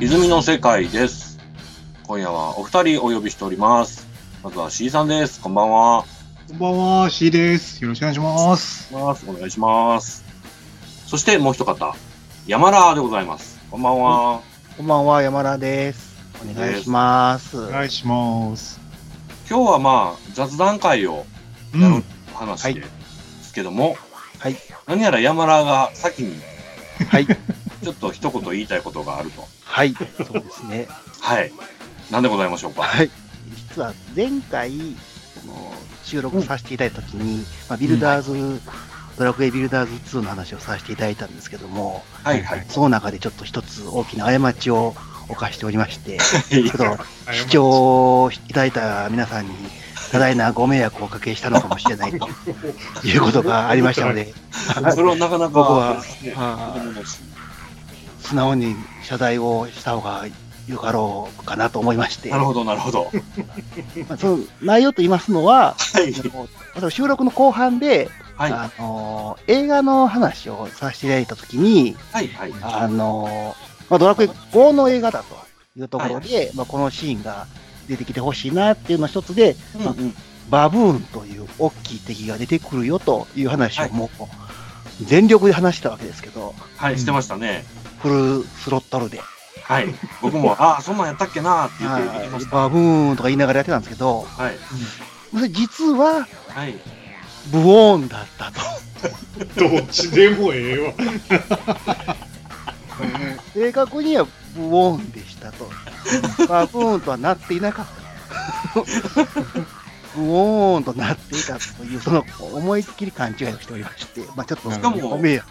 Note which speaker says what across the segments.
Speaker 1: 泉の世界です。今夜はお二人お呼びしております。まずは C さんです。こんばんは。
Speaker 2: こんばんは、C です。よろしくお願いします。
Speaker 1: お願いします。そしてもう一方、山田でございます。こんばんは。
Speaker 3: こんばんは、山田です。お願いします。
Speaker 2: お願いします。
Speaker 1: 今日はまあ、雑談会を
Speaker 2: う。
Speaker 1: やろうんと話
Speaker 3: は
Speaker 1: し
Speaker 3: い
Speaker 1: てですけども、
Speaker 3: はい。
Speaker 1: 何やら山田が先に
Speaker 3: はい。
Speaker 1: ちょっと一言言いたいことがあると。
Speaker 3: はい。そうですね。
Speaker 1: はい。何でございましょうか。
Speaker 3: はい。実は前回、この収録させていただいたときに、まあ、ビルダーズ、ドラクエビルダーズ2の話をさせていただいたんですけども、
Speaker 1: はいはい。
Speaker 3: その中でちょっと一つ大きな過ちを犯しておりまして、ちょっと
Speaker 2: 謝り
Speaker 3: 視聴いただいた皆さんに多大なご迷惑をおかけしたのかもしれないということがありましたので、
Speaker 1: それはなかなか、
Speaker 3: 僕は
Speaker 1: ね
Speaker 3: あー
Speaker 1: 子供だし
Speaker 3: 素直に謝罪をした方がよかろうかなと思いまして、
Speaker 1: なるほど、なるほど。
Speaker 3: まあその内容と言いますのは、
Speaker 1: はい。
Speaker 3: あのあの収録の後半で、
Speaker 1: はい。
Speaker 3: あの映画の話をさせていただいたときに、
Speaker 1: はい。はい。
Speaker 3: あのまあ、ドラクエ5の映画だというところで、まあ、このシーンが出てきてほしいなっていうの一つで、
Speaker 1: うんうん。
Speaker 3: バブーンという大きい敵が出てくるよという話をもう全力で話したわけですけど、
Speaker 1: はい、してましたね。
Speaker 3: フルスロットルで。
Speaker 1: はい。僕も、ああ、そんなんやったっけなーって言って言ってま
Speaker 3: はい
Speaker 1: した。
Speaker 3: バブーンとか言いながらやってたんですけど、
Speaker 1: はい。
Speaker 3: 実は
Speaker 1: はい。
Speaker 3: ブオーンだった と。
Speaker 2: どっちでもええわ。
Speaker 3: 正確にはブオーンでした と。バブーンとはなっていな かった。ブオーンとなっていたという、その思いっきり勘違いをしておりまして、まあ、ちょっと
Speaker 2: し
Speaker 1: かも
Speaker 3: ご迷惑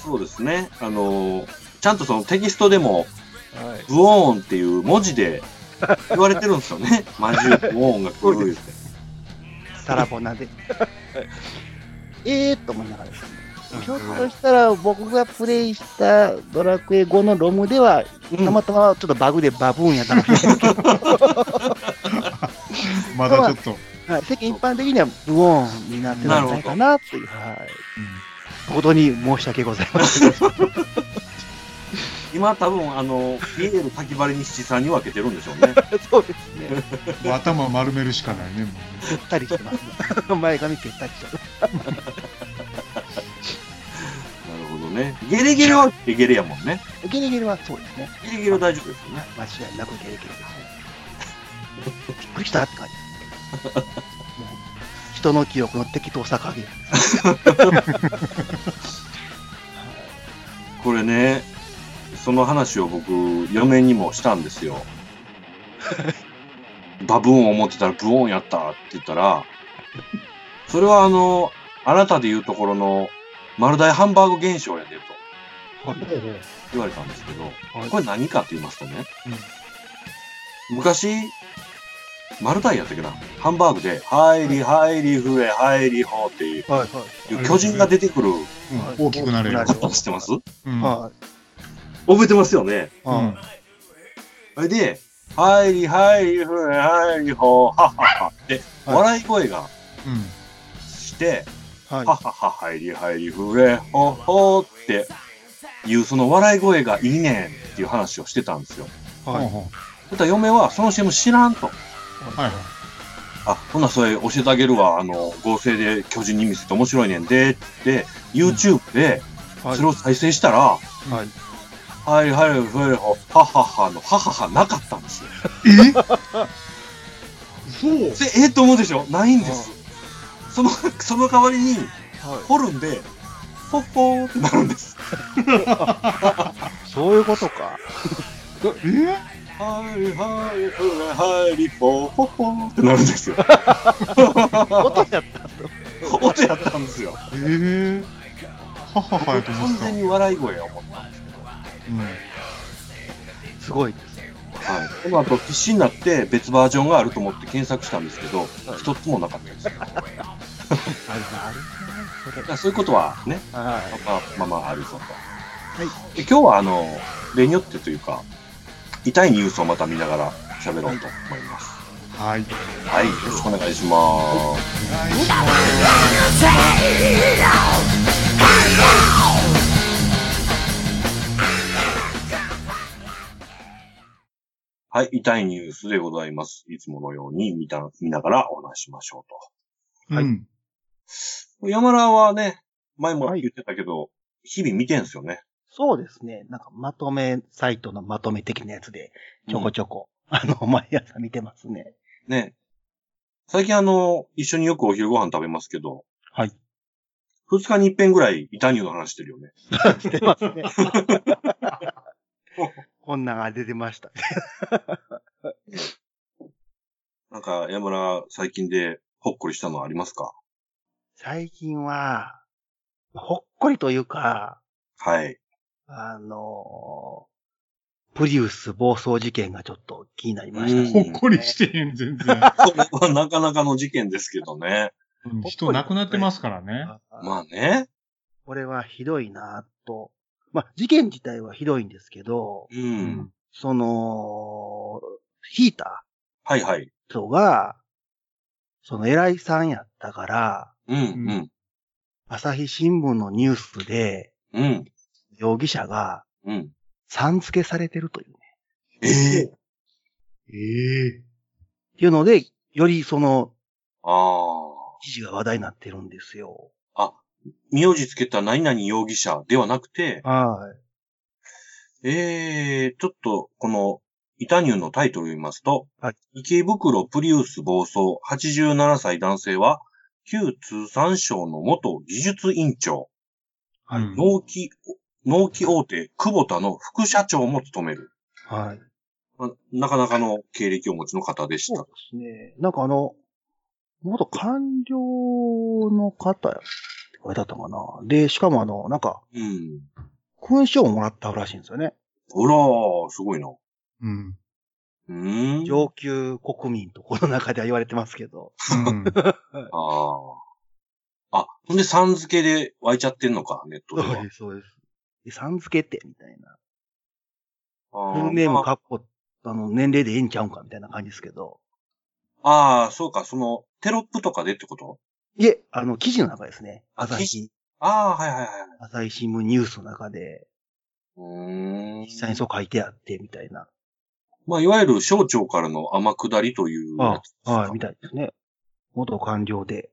Speaker 1: そうですね。あのー、ちゃんとそのテキストでも、
Speaker 3: はい
Speaker 1: ブオーンっていう文字で言われてるんですよね。魔獣ブオーンが来るって。
Speaker 3: タラボナで。えーっと思いながらですね。ひょっとしたら僕がプレイしたドラクエ5のロムでは、
Speaker 1: うん
Speaker 3: たまたまちょっとバグでバブーンやったの で、
Speaker 2: まだちょっと。うん
Speaker 3: はい、世間一般的にはブオーンになってたんじゃないかなという、はい、ことに申し訳ございません。
Speaker 1: 今多分、あの、ピエール滝張りに七三に分けてるんでしょうね。
Speaker 3: そうですね。
Speaker 2: もう頭丸めるしかないね。もう
Speaker 3: ぺったりしてます、ね。前髪ぺったりしてます。
Speaker 1: なるほどね。ゲレゲレはゲレゲレやもんね。
Speaker 3: ゲレゲレはそうですね。
Speaker 1: ゲレゲレは大丈夫ですよね。
Speaker 3: 間違いなくゲレゲレですね。びっくりしたって感じ。もう人の記憶の適当さ加減。
Speaker 1: これね、その話を僕、嫁にもしたんですよ。バブーンを持ってたらブオーンやったって言ったら、それはあの、あなたで言うところの丸大ハンバーグ現象やでと言われたんですけ
Speaker 2: は
Speaker 1: ど、
Speaker 2: い
Speaker 1: これ何かって言いますとね、昔、丸大やったっけな、ハンバーグで、入り、入り、増え、入り、ほうっていう、
Speaker 3: はいは
Speaker 1: 巨人が出てくる
Speaker 2: 大きくなれる
Speaker 3: 大。きくな
Speaker 1: こと知ってます
Speaker 2: うん
Speaker 3: い。はい。
Speaker 1: 覚えてますよね。
Speaker 2: うん
Speaker 3: はい
Speaker 1: それで、はいりはいりふれはいりほはははって、
Speaker 3: はい
Speaker 1: 笑い声が
Speaker 2: うん
Speaker 1: して、
Speaker 3: はい
Speaker 1: ははははいりはいりふれほほっていう、その笑い声がいいねんっていう話をしてたんですよ。
Speaker 2: は
Speaker 3: はいい。
Speaker 1: そしたら嫁は、その CM 知らんと。
Speaker 2: はい。
Speaker 1: あ、ほな、それ教えてあげるわ。あの、合成で巨人に見せて面白いねんで、って、YouTube で、
Speaker 3: はい
Speaker 1: それを再生したら、
Speaker 3: はい。
Speaker 1: はいはいはいはいほはははのはははなかったんですよ。
Speaker 2: えそう
Speaker 1: でえっと思うでしょないんです。その、 その代わりに、掘るんで、ポッポーってなるんです。
Speaker 3: そういうことか。
Speaker 2: え
Speaker 1: はいはいはいはいリポポッポーってなるんです よ。
Speaker 3: 音やった。
Speaker 1: 音やったんですよ。
Speaker 2: えーはははやと思っ
Speaker 1: 完
Speaker 2: てた。う
Speaker 1: 全
Speaker 2: ん
Speaker 1: に笑い声や思った。
Speaker 3: すごいです。
Speaker 1: はい。この後必死になって別バージョンがあると思って検索したんですけど、一つもなかったです。だか
Speaker 3: あるな、あるな。それ。
Speaker 1: らそういうことはね、
Speaker 3: はい。
Speaker 1: まあまあまああるぞと。
Speaker 3: い
Speaker 1: で今日はあの、例によってというか、痛いニュースをまた見ながら喋ろうと思います。
Speaker 2: はい。
Speaker 1: はい、よろしくお願いします。はい、痛いニュースでございます。いつものように見た、見ながらお話ししましょう
Speaker 2: うん。うん。
Speaker 1: と。山田はね、前も
Speaker 3: はい
Speaker 1: 言ってたけど、日々見てんすよね。
Speaker 3: そうですね。なんかまとめ、サイトのまとめ的なやつで、ちょこちょこ、あの、毎朝見てますね。
Speaker 1: ね。最近あの、一緒によくお昼ご飯食べますけど、
Speaker 3: はい。
Speaker 1: 二日に一遍ぐらい痛いニュースの話してるよね。
Speaker 3: してますね。 こんなんが出てました。
Speaker 1: なんか、山田、最近でほっこりしたのありますか
Speaker 3: 最近は、ほっこりというか、
Speaker 1: はい。
Speaker 3: あのプリウス暴走事件がちょっと気になりました、
Speaker 1: うん
Speaker 2: ほっこりしてへん、全
Speaker 1: こ
Speaker 2: 然。
Speaker 1: れはなかなかの事件ですけどね。
Speaker 2: うん人亡くなってますからね。
Speaker 1: まあね。
Speaker 3: これはひどいなと。まあ、事件自体はひどいんですけど、
Speaker 1: う。。
Speaker 2: うん
Speaker 3: その、ヒータ
Speaker 1: はいはい。
Speaker 3: ー人が、その偉いさんやったから、
Speaker 1: うん、うん、
Speaker 3: 朝日新聞のニュースで、
Speaker 1: うん、
Speaker 3: 容疑者が、
Speaker 1: うん。
Speaker 3: さん付けされてるというね。
Speaker 1: ええ
Speaker 2: ええ
Speaker 3: っていうので、よりその
Speaker 1: あ
Speaker 3: 記事が話題になってるんですよ。
Speaker 1: あ。あ、名字つけた何々容疑者ではなくて、
Speaker 3: はい。
Speaker 1: ええちょっと、この、イタニューのタイトルを言いますと、
Speaker 3: はい
Speaker 1: 池袋プリウス暴走87歳男性は、旧通産省の元技術委員長、
Speaker 3: はい。
Speaker 2: うん
Speaker 1: 農機、農機大手、久保田の副社長も務める。
Speaker 3: はい。
Speaker 1: まあなかなかの経歴をお持ちの方でし
Speaker 3: そう
Speaker 1: た
Speaker 3: で。すね。なんかあの、元官僚の方やって書いてあったかな。で、しかもあの、なんか、
Speaker 1: うん。
Speaker 3: 勲章をもらったらしいんですよね。
Speaker 1: ほらー、すごいな。
Speaker 2: うん。
Speaker 1: うーん。
Speaker 3: 上級国民とこの中では言われてますけど。
Speaker 2: うん。
Speaker 1: ああ。あ、ほんで、さん付けで湧いちゃってんのか、ネット
Speaker 3: そ
Speaker 1: で
Speaker 3: う
Speaker 1: は。
Speaker 3: です、そうです。でさん付けって、みたいな。
Speaker 1: あ
Speaker 3: フ
Speaker 1: ー
Speaker 3: ルネーム
Speaker 1: まあ
Speaker 3: かっこ、あの、年齢でええんちゃうんか、みたいな感じですけど。
Speaker 1: あー、そうか、その、テロップとかでってこと
Speaker 3: いえ、あの、記事の中ですね。
Speaker 1: あ
Speaker 3: 朝
Speaker 1: 記
Speaker 3: 日、
Speaker 1: ああ、はいはいはい。
Speaker 3: 朝日新聞ニュースの中で、
Speaker 1: うーん。
Speaker 3: 実際にそう書いてあって、みたいな。
Speaker 1: まあ、いわゆる省庁からの天下りというやつですか。
Speaker 3: はい、みたいですね。元官僚で。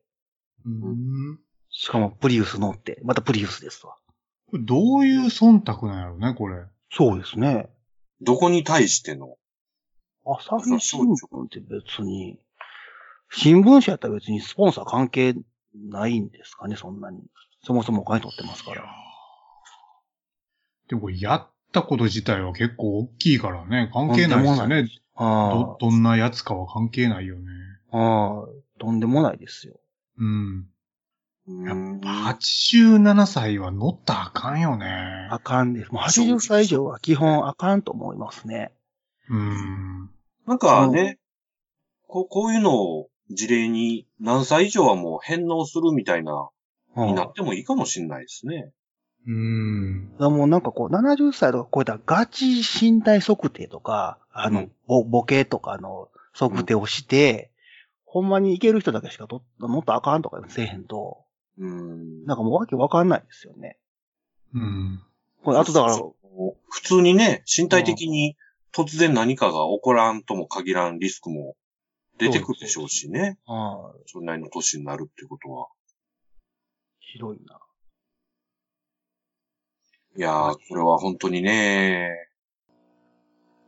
Speaker 2: うん
Speaker 3: しかもプリウス乗って、またプリウスですわ。
Speaker 2: これどういう忖度なんやろうね、これ。
Speaker 3: そうですね。
Speaker 1: どこに対しての。
Speaker 3: 朝日新聞って別に、新聞社やったら別にスポンサー関係ないんですかね、そんなに。そもそもお金取ってますから。
Speaker 2: でもこれやったこと自体は結構大きいからね、関係ないですよね。
Speaker 3: あ
Speaker 2: ど、どんなやつかは関係ないよね。
Speaker 3: あ、ああ、とんでもないですよ。
Speaker 2: うん。
Speaker 1: う
Speaker 2: や
Speaker 1: ー
Speaker 2: っ
Speaker 1: ん。
Speaker 2: ぱ87歳は乗ったらあかんよね。
Speaker 3: あかんです。もう80歳以上は基本あかんと思いますね。
Speaker 2: うん。
Speaker 1: なんかね、こう、こういうのを事例に何歳以上はもう返納するみたいな、
Speaker 3: あ
Speaker 1: にな
Speaker 3: あ
Speaker 1: ってもいいかもしれないですね。
Speaker 2: うん。
Speaker 3: もうなんかこう、70歳とか超えたらガチ身体測定とか、あ
Speaker 1: う
Speaker 3: の
Speaker 1: ん、
Speaker 3: ぼボケとかの測定をして、ほんまにいける人だけしかと乗ったらあかんとかせえへんと、
Speaker 1: うーん。
Speaker 3: なんかもうわけわかんないですよね。
Speaker 2: うん。
Speaker 3: これあとだから、
Speaker 1: 普通にね、身体的に突然何かが起こらんとも限らんリスクも出てくるでしょうしね。
Speaker 3: ああ、
Speaker 1: それなりの年になるってことは。
Speaker 3: ひどいな。
Speaker 1: いやー、これは本当にね、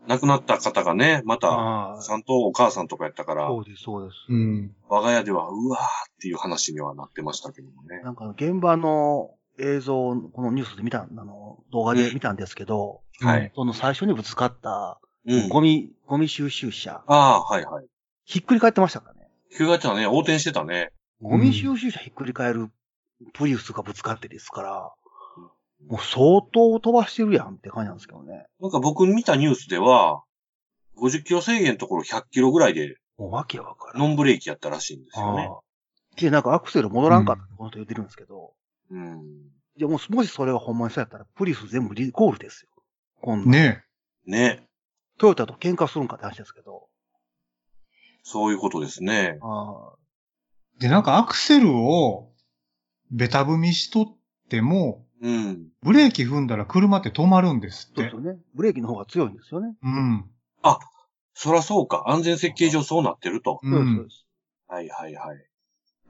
Speaker 1: 亡くなった方がね、また、
Speaker 3: ああ、
Speaker 1: さんとお母さんとかやったから、
Speaker 3: そうです、そうです。
Speaker 2: うん。
Speaker 1: 我が家ではうわーっていう話にはなってましたけどもね。
Speaker 3: なんか現場の映像を、このニュースで見た、あの、動画で見たんですけど、
Speaker 1: はい。
Speaker 3: その最初にぶつかった、
Speaker 1: うん。
Speaker 3: ゴミ、ゴミ収集車、
Speaker 1: ああー、はいはい。
Speaker 3: ひっくり返ってましたからね。
Speaker 1: 旧ガチャね、横転してたね。
Speaker 3: ゴミ収集車ひっくり返るプリウスがぶつかってですから、もう相当飛ばしてるやんって感じなんですけどね。
Speaker 1: なんか僕見たニュースでは、50キロ制限のところ100キロぐらいで
Speaker 3: もうわけわからん。
Speaker 1: ノンブレーキやったらしいんですよね。
Speaker 3: ああで、なんかアクセル戻らんかったってこの人言ってるんですけど、
Speaker 1: うん。
Speaker 3: いやもうもしそれがほんまにそうやったら、プリウス全部リコールですよ。こんなん
Speaker 2: ね
Speaker 1: ね。
Speaker 3: トヨタと喧嘩するんかって話ですけど。
Speaker 1: そういうことですね。
Speaker 3: ああ
Speaker 2: え。で、なんかアクセルをベタ踏みしとっても、
Speaker 1: うん。
Speaker 2: ブレーキ踏んだら車って止まるんですっ
Speaker 3: そうで
Speaker 2: て
Speaker 3: す。よね。ブレーキの方が強いんですよね。
Speaker 2: うん。
Speaker 1: そらそうか。安全設計上そうなってると。
Speaker 2: う
Speaker 3: そうですそうんで。す。
Speaker 1: はいはい はい。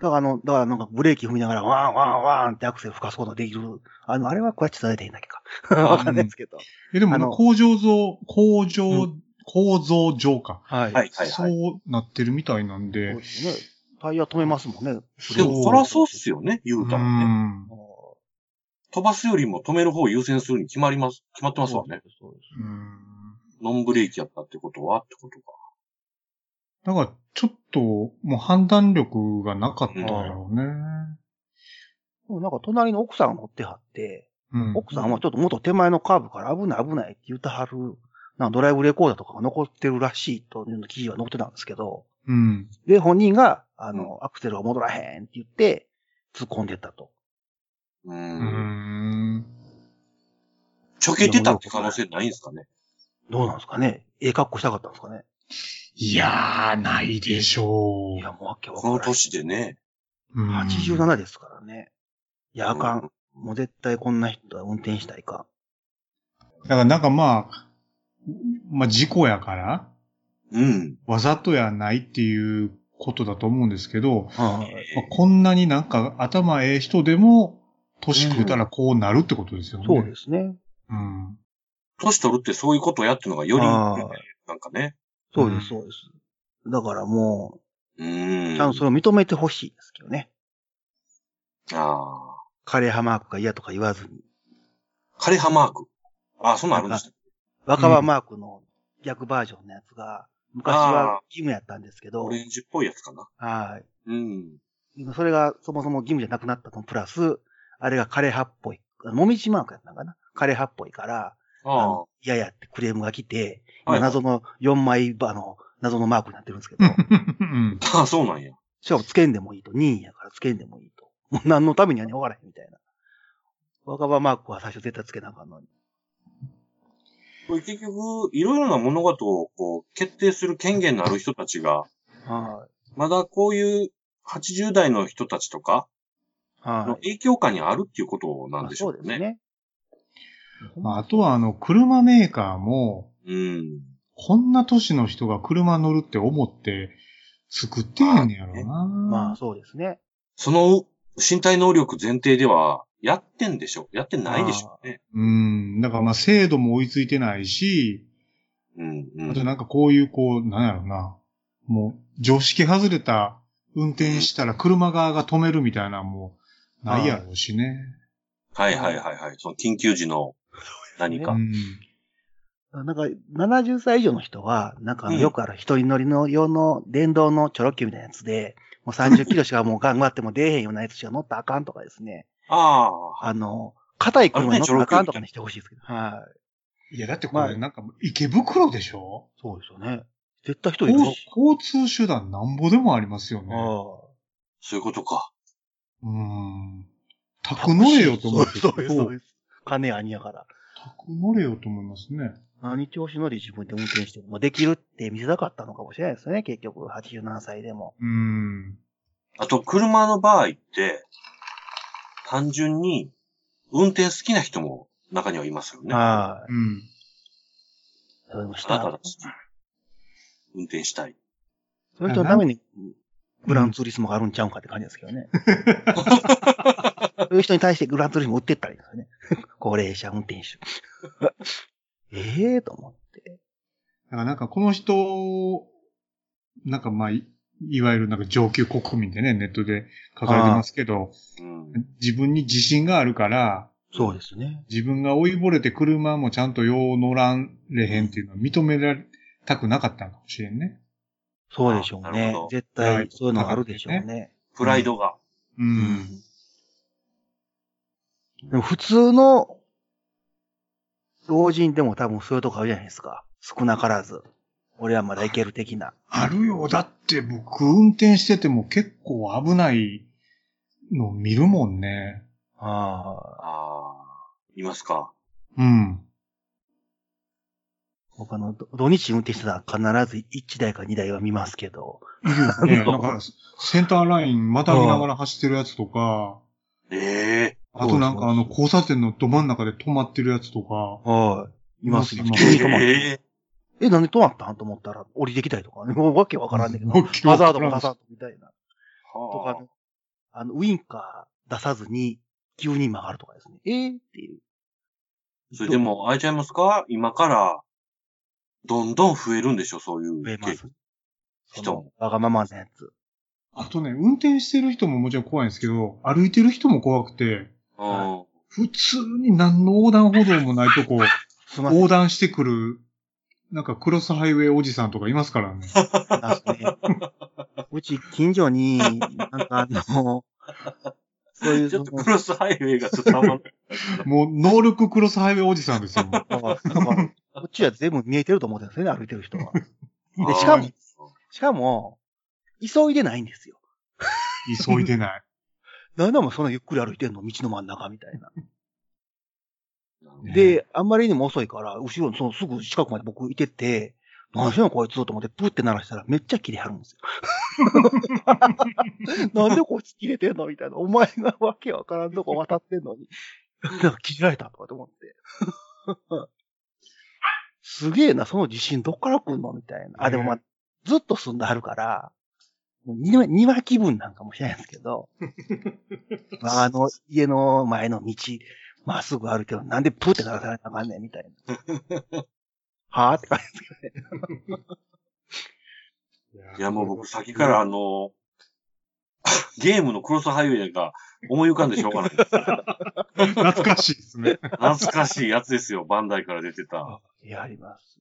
Speaker 3: だからあの、だからなんかブレーキ踏みながらワンワンワンってアクセル吹かすことができる。あの、あれはこうやって伝えたらいいんだっけか。わかんないですけど。
Speaker 2: え、でも
Speaker 3: あ
Speaker 2: あ
Speaker 3: の
Speaker 2: の、工場像、工場、
Speaker 3: う
Speaker 2: 構造上か。
Speaker 3: は
Speaker 1: は
Speaker 3: い
Speaker 1: いはい
Speaker 2: そ
Speaker 1: はい。
Speaker 2: うなってるみたいなん
Speaker 3: そう
Speaker 2: で
Speaker 3: で。すね。タイヤ止めますもんね。
Speaker 1: でもそらそうっすよね、言うた
Speaker 2: う
Speaker 1: らね。
Speaker 2: ん
Speaker 3: あ。ー
Speaker 1: 飛ばすよりも止める方を優先するに決まります、決まってますわね。。
Speaker 3: そうです
Speaker 2: うん
Speaker 1: ノンブレーキやったってことはってことか。
Speaker 2: だから、ちょっと、もう判断力がなかったんだろうね。
Speaker 3: でもなんか隣の奥さんが乗ってはって、
Speaker 2: うん。
Speaker 3: 奥さんはちょっと元手前のカーブから危ない危ないって言ってはる、なんかドライブレコーダーとかが残ってるらしいという記事が載ってたんですけど、
Speaker 2: うん。
Speaker 3: で、本人が、あの、アクセルが戻らへんって言って、突っ込んでったと。
Speaker 1: う。
Speaker 2: うんん。
Speaker 1: ちょけてたって可能性ないんですかね。
Speaker 3: どうなんですかねええ格好したかったんですかね
Speaker 2: いやー、ないでしょ
Speaker 3: いや、もうわけわか
Speaker 1: こ
Speaker 3: ん
Speaker 1: の
Speaker 3: ない。
Speaker 1: 年でね。
Speaker 2: う。うん
Speaker 3: 87ですからね。いや、あか。
Speaker 1: うん
Speaker 3: もう絶対こんな人は運転したいか。
Speaker 2: だからなんかまあ、まあ事故やから、
Speaker 1: うん。
Speaker 2: わざとやないっていうことだと思うんですけど、
Speaker 3: はい。
Speaker 2: まあ、こんなになんか頭ええ人でも、年食うたらこうなるってことですよね。
Speaker 3: そうですね。
Speaker 2: うん。
Speaker 1: 年取るってそういうことやってのがより、
Speaker 3: あー
Speaker 1: なんかね。
Speaker 3: そうです、そうです。だからも
Speaker 1: う
Speaker 3: う、
Speaker 1: ん。
Speaker 3: ちゃんとそれを認めてほしいですけどね。
Speaker 1: ああ。
Speaker 3: 枯葉マークが嫌とか言わずに。
Speaker 1: 枯葉マーク。ああ、そんなんあるんですね。
Speaker 3: 若葉マークの逆バージョンのやつが、昔は
Speaker 1: あ
Speaker 3: 義務やったんですけど
Speaker 1: オ、レンジっぽいやつかな。
Speaker 3: はい。
Speaker 1: うん。
Speaker 3: 今それがそもそも義務じゃなくなったのプラス、あれが枯葉っぽい、あのもみじマークやったのかな枯葉っぽいから、あ
Speaker 1: あ
Speaker 3: の嫌やってクレームが来て、
Speaker 1: は
Speaker 3: 今
Speaker 1: い
Speaker 3: 謎の4枚、あの、謎のマークになってるんですけど、
Speaker 2: うん。
Speaker 1: あ。ああ、そうなんや。
Speaker 3: しかもつけんでもいいと、任意やからつけんでもいいと。もう何のためにはね、終わらへんみたいな。若葉マークは最初絶対つけなあかんのに。
Speaker 1: これ結局、いろいろな物事をこう、決定する権限のある人たちが、
Speaker 3: は
Speaker 1: まだこういう80代の人たちとか
Speaker 3: い。は
Speaker 1: の
Speaker 3: い。
Speaker 1: 影響下にあるっていうことなん
Speaker 3: まあ
Speaker 1: でし
Speaker 3: そ
Speaker 1: ょう
Speaker 3: うで
Speaker 1: か
Speaker 3: す
Speaker 1: ね。
Speaker 3: ね。
Speaker 2: まあ、あとはあの、車メーカーも、
Speaker 1: うん。
Speaker 2: こんな年の人が車乗るって思って作ってんねやろうな。
Speaker 3: まあ、そうですね。
Speaker 1: その身体能力前提では、やってんでしょやってないでしょうね。
Speaker 2: うん。だからまあ、制度も追いついてないし、
Speaker 1: うん、う
Speaker 2: あと
Speaker 1: ん。
Speaker 2: なんかこういうこう、なんやろうな。もう、常識外れた運転したら車側が止めるみたいなのもないやろうしね。
Speaker 1: はいはいはいはい。その緊急時の何
Speaker 2: う
Speaker 1: か。
Speaker 2: ん。
Speaker 3: なんか、70歳以上の人は、なんかあの
Speaker 1: うん
Speaker 3: よくある一人乗りの用の電動のチョロ Q みたいなやつで、もう30キロしかもう頑張っても出えへんようなやつしか乗ったらあかんとかですね。
Speaker 1: ああ。
Speaker 3: あの、硬い車に乗ったらあかんとかにしてほしいですけど。はい。
Speaker 2: いや、だってこれなんか池袋でしょ、
Speaker 3: そうですよね。絶対一人いる
Speaker 2: 交
Speaker 3: し。
Speaker 2: 交通手段なんぼでもありますよ
Speaker 3: あ
Speaker 2: ね。
Speaker 3: あ。
Speaker 1: そういうことか。
Speaker 2: うん。宅乗れよと思って。
Speaker 3: そうです、そうです。金あにやから。
Speaker 2: 宅乗れよと思いますね。
Speaker 3: 何調子乗り自分で運転してもできるって見せたかったのかもしれないですよね、結局。87歳でも。
Speaker 2: うん。
Speaker 1: あと、車の場合って、単純に、運転好きな人も中にはいますよね。
Speaker 3: は
Speaker 2: うん。
Speaker 3: い。それもし
Speaker 1: あなた
Speaker 3: た
Speaker 1: だ。し。運転したい。
Speaker 3: その人のために、グランツーリスモがあるんちゃうんかって感じですけど ね。そういう人に対してグランツーリスモ売ってったらいいんですよね。高齢者運転 手。ええと思って。
Speaker 2: だからなんかこの人、なんかまあ、いいわゆるなんか上級国民でね、ネットで書かれてますけど、
Speaker 1: うん。
Speaker 2: 自分に自信があるから、
Speaker 3: そうですね。
Speaker 2: 自分が追いぼれて車もちゃんとよう乗らんれへんっていうのは認められたくなかったのかもしれんね。
Speaker 3: そうでしょう
Speaker 1: あなる
Speaker 3: ね
Speaker 1: ほど。
Speaker 3: 絶対そういうのがあるでしょうね。
Speaker 1: プライドが。
Speaker 2: う。。
Speaker 1: うん
Speaker 3: でも普通の老人でも多分そういうとこあるじゃないですか。少なからず。俺はまだいける的な。
Speaker 2: あるよ。だって僕運転してても結構危ないの見るもんね。
Speaker 3: ああ。
Speaker 1: ああ。いますか。
Speaker 2: うん。
Speaker 3: 僕あの、ど土日運転してたら必ず1台か2台は見ますけど。
Speaker 2: いるよね。なんかセンターラインまたぎながら走ってるやつとか、
Speaker 1: ええ
Speaker 2: あとなんかあの
Speaker 3: そう
Speaker 2: 交差点のど真ん中で止まってるやつとか、
Speaker 3: はい。います、
Speaker 2: い
Speaker 3: い
Speaker 2: ま
Speaker 3: ますす。
Speaker 2: い
Speaker 3: 急に止まって。
Speaker 1: ええ
Speaker 3: え、なんで止まったんと思ったら降りてきたりとかね、もうわけわからんねんけど、
Speaker 2: わけ
Speaker 3: ハ
Speaker 2: わ
Speaker 3: ザ
Speaker 2: か
Speaker 3: ードも
Speaker 2: ら
Speaker 3: 出
Speaker 2: ん
Speaker 3: さんとみたいな。と
Speaker 1: は
Speaker 3: かね、あの、ウインカー出さずに、急に曲がるとかですね。えー、っていう。
Speaker 1: それでも、あれちゃいますか今から、どんどん増えるんでしょそういう。
Speaker 3: 増えます。。そ
Speaker 1: 人
Speaker 3: の
Speaker 1: も。
Speaker 3: わがままなやつ。
Speaker 2: あとね、運転してる人ももちろん怖いんですけど、歩いてる人も怖くて、
Speaker 1: うん。
Speaker 2: 普通に何の横断歩道もないとこ、
Speaker 3: すみません。
Speaker 2: 横断してくる、なんかクロスハイウェイおじさんとかいますからね。
Speaker 3: なんかね、うち近所に、なんかあの、そういう
Speaker 1: ち
Speaker 3: そ
Speaker 1: ょっ
Speaker 3: の、
Speaker 1: とクロスハイウェイがちょっとたまん
Speaker 2: もう、能力クロスハイウェイおじさんですよ。もう
Speaker 3: だからだからこっちは全部見えてると思ってるんですよね、歩いてる人
Speaker 1: な
Speaker 3: は。
Speaker 1: い
Speaker 3: でしかも、しかも、急いでないんですよ。
Speaker 2: 急いでない。
Speaker 3: なんだもそんなゆっくり歩いてんの道の真ん中みたいな。
Speaker 2: ね
Speaker 3: で、あんまりにも遅いから、後ろにそのすぐ近くまで僕いてて、何しよこいつと思って、プって鳴らしたらめっちゃ切れはるんですよ。なんでこいつ切れてんのみたいな。お前がわけわからんとこ渡ってんのに。 なんか切られたとかと思って。 すげえな、その自信どっから来んのみたいな。あ、でもまあ、ずっと住んではるから、もう庭庭気分なんかもしれないですけど、まああの家の前の道、まっすぐ歩いてるのになんでプーって鳴らされたらあかんねんみたいな。はぁって感じですけどね。
Speaker 1: いや、もう僕、先からあの、 ゲームのクロスハイウェイが思い浮かんでしょうがない。
Speaker 2: 懐かしいですね。
Speaker 1: 懐かしいやつですよ、バンダイから出てた。
Speaker 3: やります。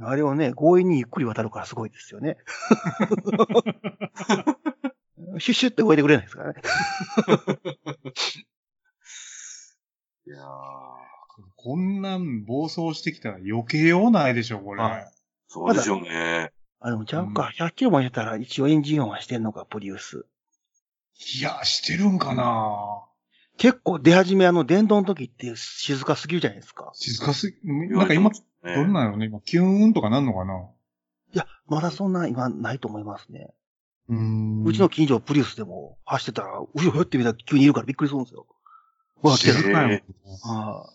Speaker 3: あれをね、強引にゆっくり渡るからすごいですよね。シュッシュって動いてくれないですからね。
Speaker 1: いやー、
Speaker 2: こんなん暴走してきたら余計ようないでしょ、これ。
Speaker 3: はい
Speaker 1: そうでしょうね。
Speaker 3: あ、でもちゃうか
Speaker 2: う。
Speaker 3: 100キロもやったら一応エンジン音はしてんのか、プリウス。
Speaker 2: いや、してるんかな
Speaker 3: 結構出始めあの電動の時って静かすぎるじゃないですか。
Speaker 2: 静かすぎ、なんか今、ど
Speaker 1: ね
Speaker 2: んなんやろね、今、キューンとかなんのかない
Speaker 3: や、まだそんな今ないと思いますね。
Speaker 2: うーん。
Speaker 3: うちの近所プリウスでも走ってたら、後ろふってみたら急にいるからびっくりするんですよ。わ、来て
Speaker 2: 静
Speaker 3: る。
Speaker 2: かやもん
Speaker 1: え
Speaker 3: はい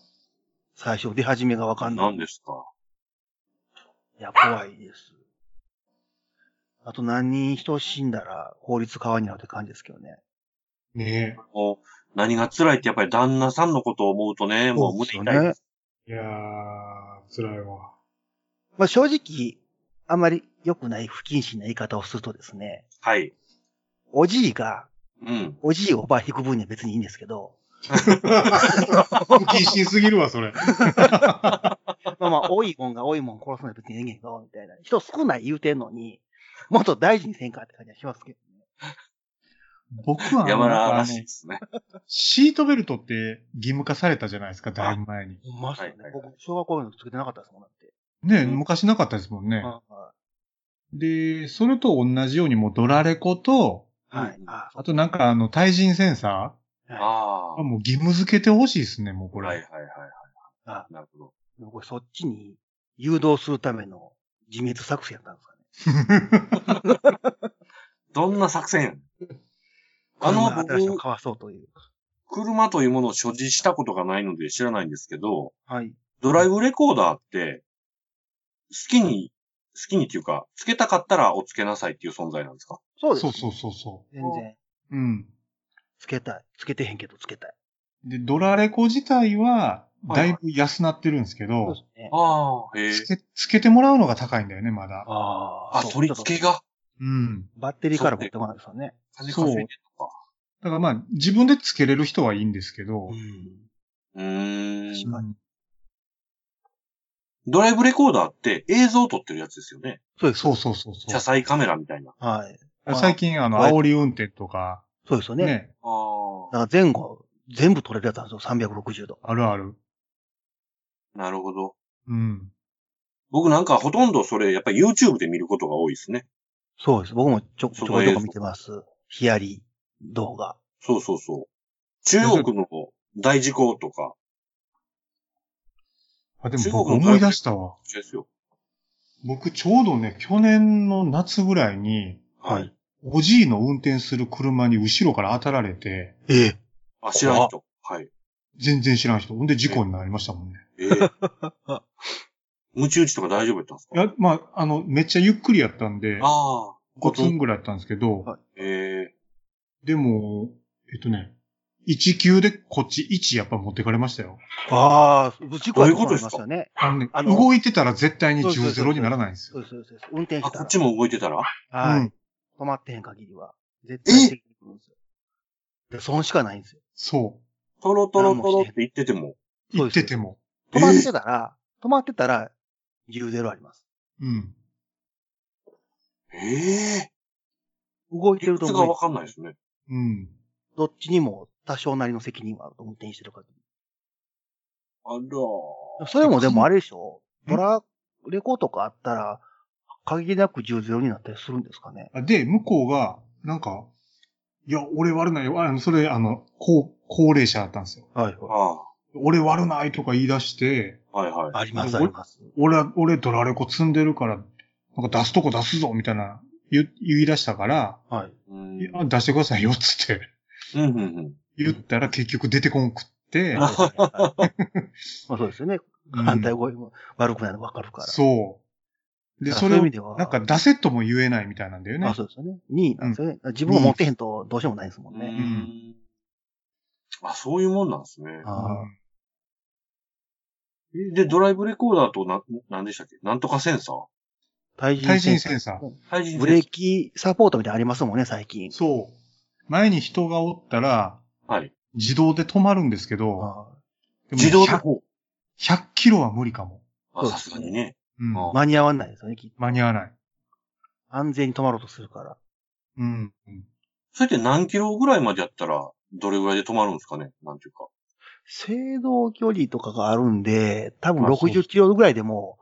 Speaker 3: 最初出始めがわかんない。
Speaker 1: 何ですか
Speaker 3: いや、怖いです。あと何人人死んだら法律変わんやろって感じですけどね。
Speaker 2: ね
Speaker 1: もう何が辛いってやっぱり旦那さんのことを思うとね、もう無理
Speaker 3: そ
Speaker 1: 痛
Speaker 3: う
Speaker 1: い
Speaker 3: ですよ
Speaker 1: で
Speaker 3: ね
Speaker 1: す。
Speaker 2: え。いやー、辛いわ。
Speaker 3: まあ正直、あまり良くない不謹慎な言い方をするとですね、
Speaker 1: はい。
Speaker 3: おじいが、
Speaker 1: うん。
Speaker 3: おじいおばあ引く分には別にいいんですけ ど、
Speaker 2: 不謹慎すぎるわ、 それ。
Speaker 3: まあまあ、多いもんが多いもん殺すのは別にええんやけど、みたいな。人少ない言うてんのに、もっと大事にせんかって感じはしますけどね。
Speaker 2: 僕はあの、
Speaker 1: 山田
Speaker 2: あ
Speaker 1: ら
Speaker 2: の
Speaker 1: しいですね。
Speaker 2: シートベルトって義務化されたじゃないですか、だいぶ前に。
Speaker 3: ほんまっすよね
Speaker 1: はい。はいはい
Speaker 3: 僕、小学校の時つけてなかったですもん、だって。
Speaker 2: ねえ
Speaker 1: うん
Speaker 2: 昔なかったですもんね。
Speaker 3: は
Speaker 2: で、それと同じようにもうドラレコと、
Speaker 3: い。はい
Speaker 1: うん
Speaker 3: あそ
Speaker 2: あとなんかあの、対人センサ
Speaker 1: あ
Speaker 2: ー
Speaker 1: あ。
Speaker 2: あ
Speaker 1: は
Speaker 2: もう義務付けてほしいですね、もうこ
Speaker 1: いはい
Speaker 2: れ。
Speaker 1: はいはい。
Speaker 3: あ
Speaker 1: なるほど。
Speaker 3: うこれそっちに誘導するための自滅作戦やったんですかね。
Speaker 1: どんな作戦やねんあの、
Speaker 3: 車新しいの
Speaker 1: 僕、
Speaker 3: かわそうという。
Speaker 1: 車というものを所持したことがないので知らないんですけど、
Speaker 3: はい。
Speaker 1: ドライブレコーダーって、好きに、好きにっていうか、つけたかったらおつけなさいっていう存在なんですか
Speaker 3: そうです。
Speaker 2: そうそうそうそ
Speaker 3: 全然。
Speaker 2: う。うん。
Speaker 3: つけたい。つけてへんけど、つけたい。
Speaker 2: で、ドラレコ自体は、
Speaker 1: はいは
Speaker 2: だ
Speaker 1: い
Speaker 2: いぶ安なってるんですけ
Speaker 3: そう
Speaker 2: ど
Speaker 3: で、すね。
Speaker 1: ああ、へえ。
Speaker 2: つけ、つけてもらうのが高いんだよね、まだ。
Speaker 3: あ
Speaker 1: あ、取り付け。が。
Speaker 2: うん。
Speaker 3: バッテリーから持ってこないですよね。
Speaker 1: 金稼いでるのか。
Speaker 2: だからまあ、自分でつけれる人はいいんですけど、
Speaker 1: うー
Speaker 3: そ
Speaker 1: ん。
Speaker 3: うか
Speaker 2: うん
Speaker 1: ドライブレコーダーって映像を撮ってるやつですよね。
Speaker 3: そうです。
Speaker 2: そうそうそうそ
Speaker 1: 車
Speaker 2: う。
Speaker 1: 載カメラみたいな。
Speaker 3: はい。
Speaker 2: 最近、あの、
Speaker 3: はい
Speaker 2: 煽り運転とか、
Speaker 3: そうですよね。
Speaker 2: ね、
Speaker 1: ああ。
Speaker 3: だから前後、全部取れるやつなんですよ。360度。
Speaker 2: あるある。
Speaker 1: なるほど。
Speaker 2: うん。
Speaker 1: 僕なんかほとんどそれ、やっぱり YouTube で見ることが多いですね。
Speaker 3: そうです。僕もちょ、ち
Speaker 1: そ
Speaker 3: ょ
Speaker 1: う
Speaker 3: こちょこ見てます。ヒアリ動画。
Speaker 1: そうそうそう。中国の大事故とか、
Speaker 2: あ、でも
Speaker 1: 中国
Speaker 2: 僕
Speaker 1: の
Speaker 2: 思い出したわ。
Speaker 1: 一緒ですよ。
Speaker 2: 僕ちょうどね、去年の夏ぐらいに、
Speaker 1: はい。
Speaker 2: おじいの運転する車に後ろから当たられて、
Speaker 3: ええ。
Speaker 1: あ、知らん人。はい。
Speaker 2: 全然知らん人。ほんで事故になりましたもんね。
Speaker 1: ええムチ打ちとか大丈夫やったんです
Speaker 2: い
Speaker 1: か
Speaker 2: や、まあ、あの、めっちゃゆっくりやったんで、
Speaker 1: ああ、
Speaker 2: 5分ぐらいやったんですけど、
Speaker 3: は
Speaker 1: ええ
Speaker 2: でも、えっとね、1級でこっち1やっぱ持ってかれましたよ。
Speaker 3: ああ、事故は止まりましたね。
Speaker 2: あのね、
Speaker 3: あの
Speaker 2: 動いてたら絶対に
Speaker 3: そうそうそうそう
Speaker 2: 10-0にならないんですよ。
Speaker 3: そうです、そうです。運転
Speaker 1: あ、
Speaker 3: した
Speaker 1: こ
Speaker 3: ら
Speaker 1: っ。ちも動いてたら
Speaker 3: は
Speaker 2: う
Speaker 3: い
Speaker 2: ん。
Speaker 3: 止まってへん限りは。絶対的に来るんですよ。で、損しかないんですよ。
Speaker 2: そ
Speaker 1: トロトロトロって言ってても。
Speaker 2: う。
Speaker 3: そ
Speaker 2: 行
Speaker 3: う
Speaker 2: っ
Speaker 3: です
Speaker 2: てても。
Speaker 3: 止まってたら、止まってたら、10-0あります。
Speaker 2: うん。
Speaker 1: ええ
Speaker 3: 動いて
Speaker 1: 理
Speaker 3: ると
Speaker 1: 屈が
Speaker 3: 思
Speaker 1: わ
Speaker 3: う。
Speaker 1: かんないですね。
Speaker 2: うん。
Speaker 3: どっちにも多少なりの責任はあると運転してる限
Speaker 1: あら
Speaker 3: り。それもでもあれでしょ
Speaker 2: ん
Speaker 3: ドラレコとかあったら、限りなく10-0になったりするんですかね。
Speaker 2: あで、向こうが、なんか、いや、俺悪ないよ。あの、それ、あの、高、高齢者だったんですよ。
Speaker 3: はい。
Speaker 1: あ
Speaker 2: 俺悪ないとか言い出して、
Speaker 1: あ、はいはい。
Speaker 3: あります、
Speaker 2: あ
Speaker 3: あ
Speaker 2: ご
Speaker 3: ります。
Speaker 2: 俺は、俺ドラレコ積んでるから、なんか出すとこ出すぞ、みたいな、言、言い出したから、
Speaker 3: はい。
Speaker 1: うん。
Speaker 2: いや出してくださいよ、つって。
Speaker 1: うんうんうん。
Speaker 2: 言ったら結局出てこんくって、
Speaker 3: はいはいはい まあそうですよね。
Speaker 2: うん
Speaker 3: 反対声も悪くなるの分かるから。
Speaker 2: そう。で、
Speaker 3: だか
Speaker 2: そ
Speaker 3: ら
Speaker 2: れ
Speaker 3: そういう
Speaker 2: を
Speaker 3: 意味で、は
Speaker 2: なんか出せとも言えないみたいなんだよね。
Speaker 3: まあそうですよね。2位なんですよね。自分が持ってへんとどうしようもないですもん
Speaker 1: う
Speaker 3: ね。
Speaker 1: んあ、そういうもんなんですね。
Speaker 3: あ
Speaker 1: えで、ドライブレコーダーとな、なんでしたっけなんとかセンサー
Speaker 3: ー対
Speaker 2: 対
Speaker 3: 人
Speaker 2: 人
Speaker 3: センサ
Speaker 2: センサー。
Speaker 1: 対
Speaker 3: ー
Speaker 1: 人
Speaker 3: ブレーキサポートみたいなのありますもんね、最近。
Speaker 2: そう。前に人がおったら、
Speaker 1: はい。
Speaker 2: 自動で止まるんですけど、
Speaker 3: あ
Speaker 2: でも
Speaker 1: 自動で
Speaker 2: 100,
Speaker 1: こう。
Speaker 2: 100キロは無理かも。
Speaker 1: あ、さすがにね。
Speaker 2: うん。
Speaker 1: あ
Speaker 3: ー間に合わないですよね、きっと
Speaker 2: 間に合わない。
Speaker 3: 安全に止まろうとするから。
Speaker 2: うん。
Speaker 1: それって何キロぐらいまでやったら、どれぐらいで止まるんですかねなんていうか。
Speaker 3: 制動距離とかがあるんで、多分
Speaker 1: まあそう
Speaker 3: 60キロぐらいでも、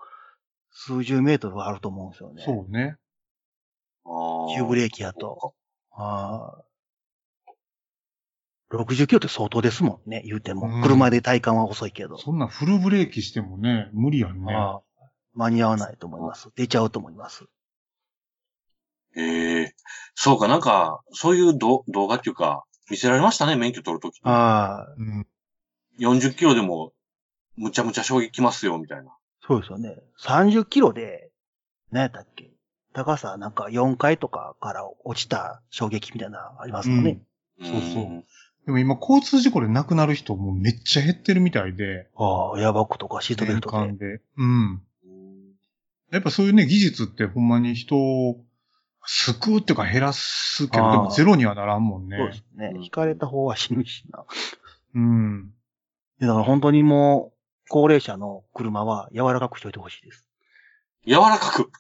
Speaker 3: 数十メートルはあると思うんですよね。
Speaker 2: そうね。
Speaker 1: あ
Speaker 3: 急ブレーキやと。あー60キロって相当ですもんね、言うて
Speaker 2: う
Speaker 3: も。
Speaker 2: ん
Speaker 3: 車で体感は遅いけど。
Speaker 2: そんなフルブレーキしてもね、無理やんね。
Speaker 3: あー間に合わないと思います。出ちゃうと思います。
Speaker 1: ええそうか、なんか、そういうど動画っていうか、見せられましたね、免許取るとき。
Speaker 3: ああ、
Speaker 2: うん。
Speaker 1: 40キロでも、むちゃむちゃ衝撃きますよ、みたいな。
Speaker 3: そうですよね。30キロで、何やったっけ高さなんか4階とかから落ちた衝撃みたいなのありますもんね。
Speaker 2: そうそうんでも今、交通事故で亡くなる人もうめっちゃ減ってるみたいで、
Speaker 3: ああ、エアバッグとかシートベルト
Speaker 2: 年
Speaker 3: で
Speaker 2: 間。で。うん。やっぱそういうね、技術ってほんまに人を救うっていうか減らすけど、
Speaker 3: あー
Speaker 2: でもゼロにはならんもんね。
Speaker 3: そうですね。
Speaker 1: うん
Speaker 3: 引かれた方は死ぬしな。
Speaker 2: うん。
Speaker 3: でだから本当にもう、高齢者の車は柔らかくしといてほしい です。
Speaker 1: 柔らかく。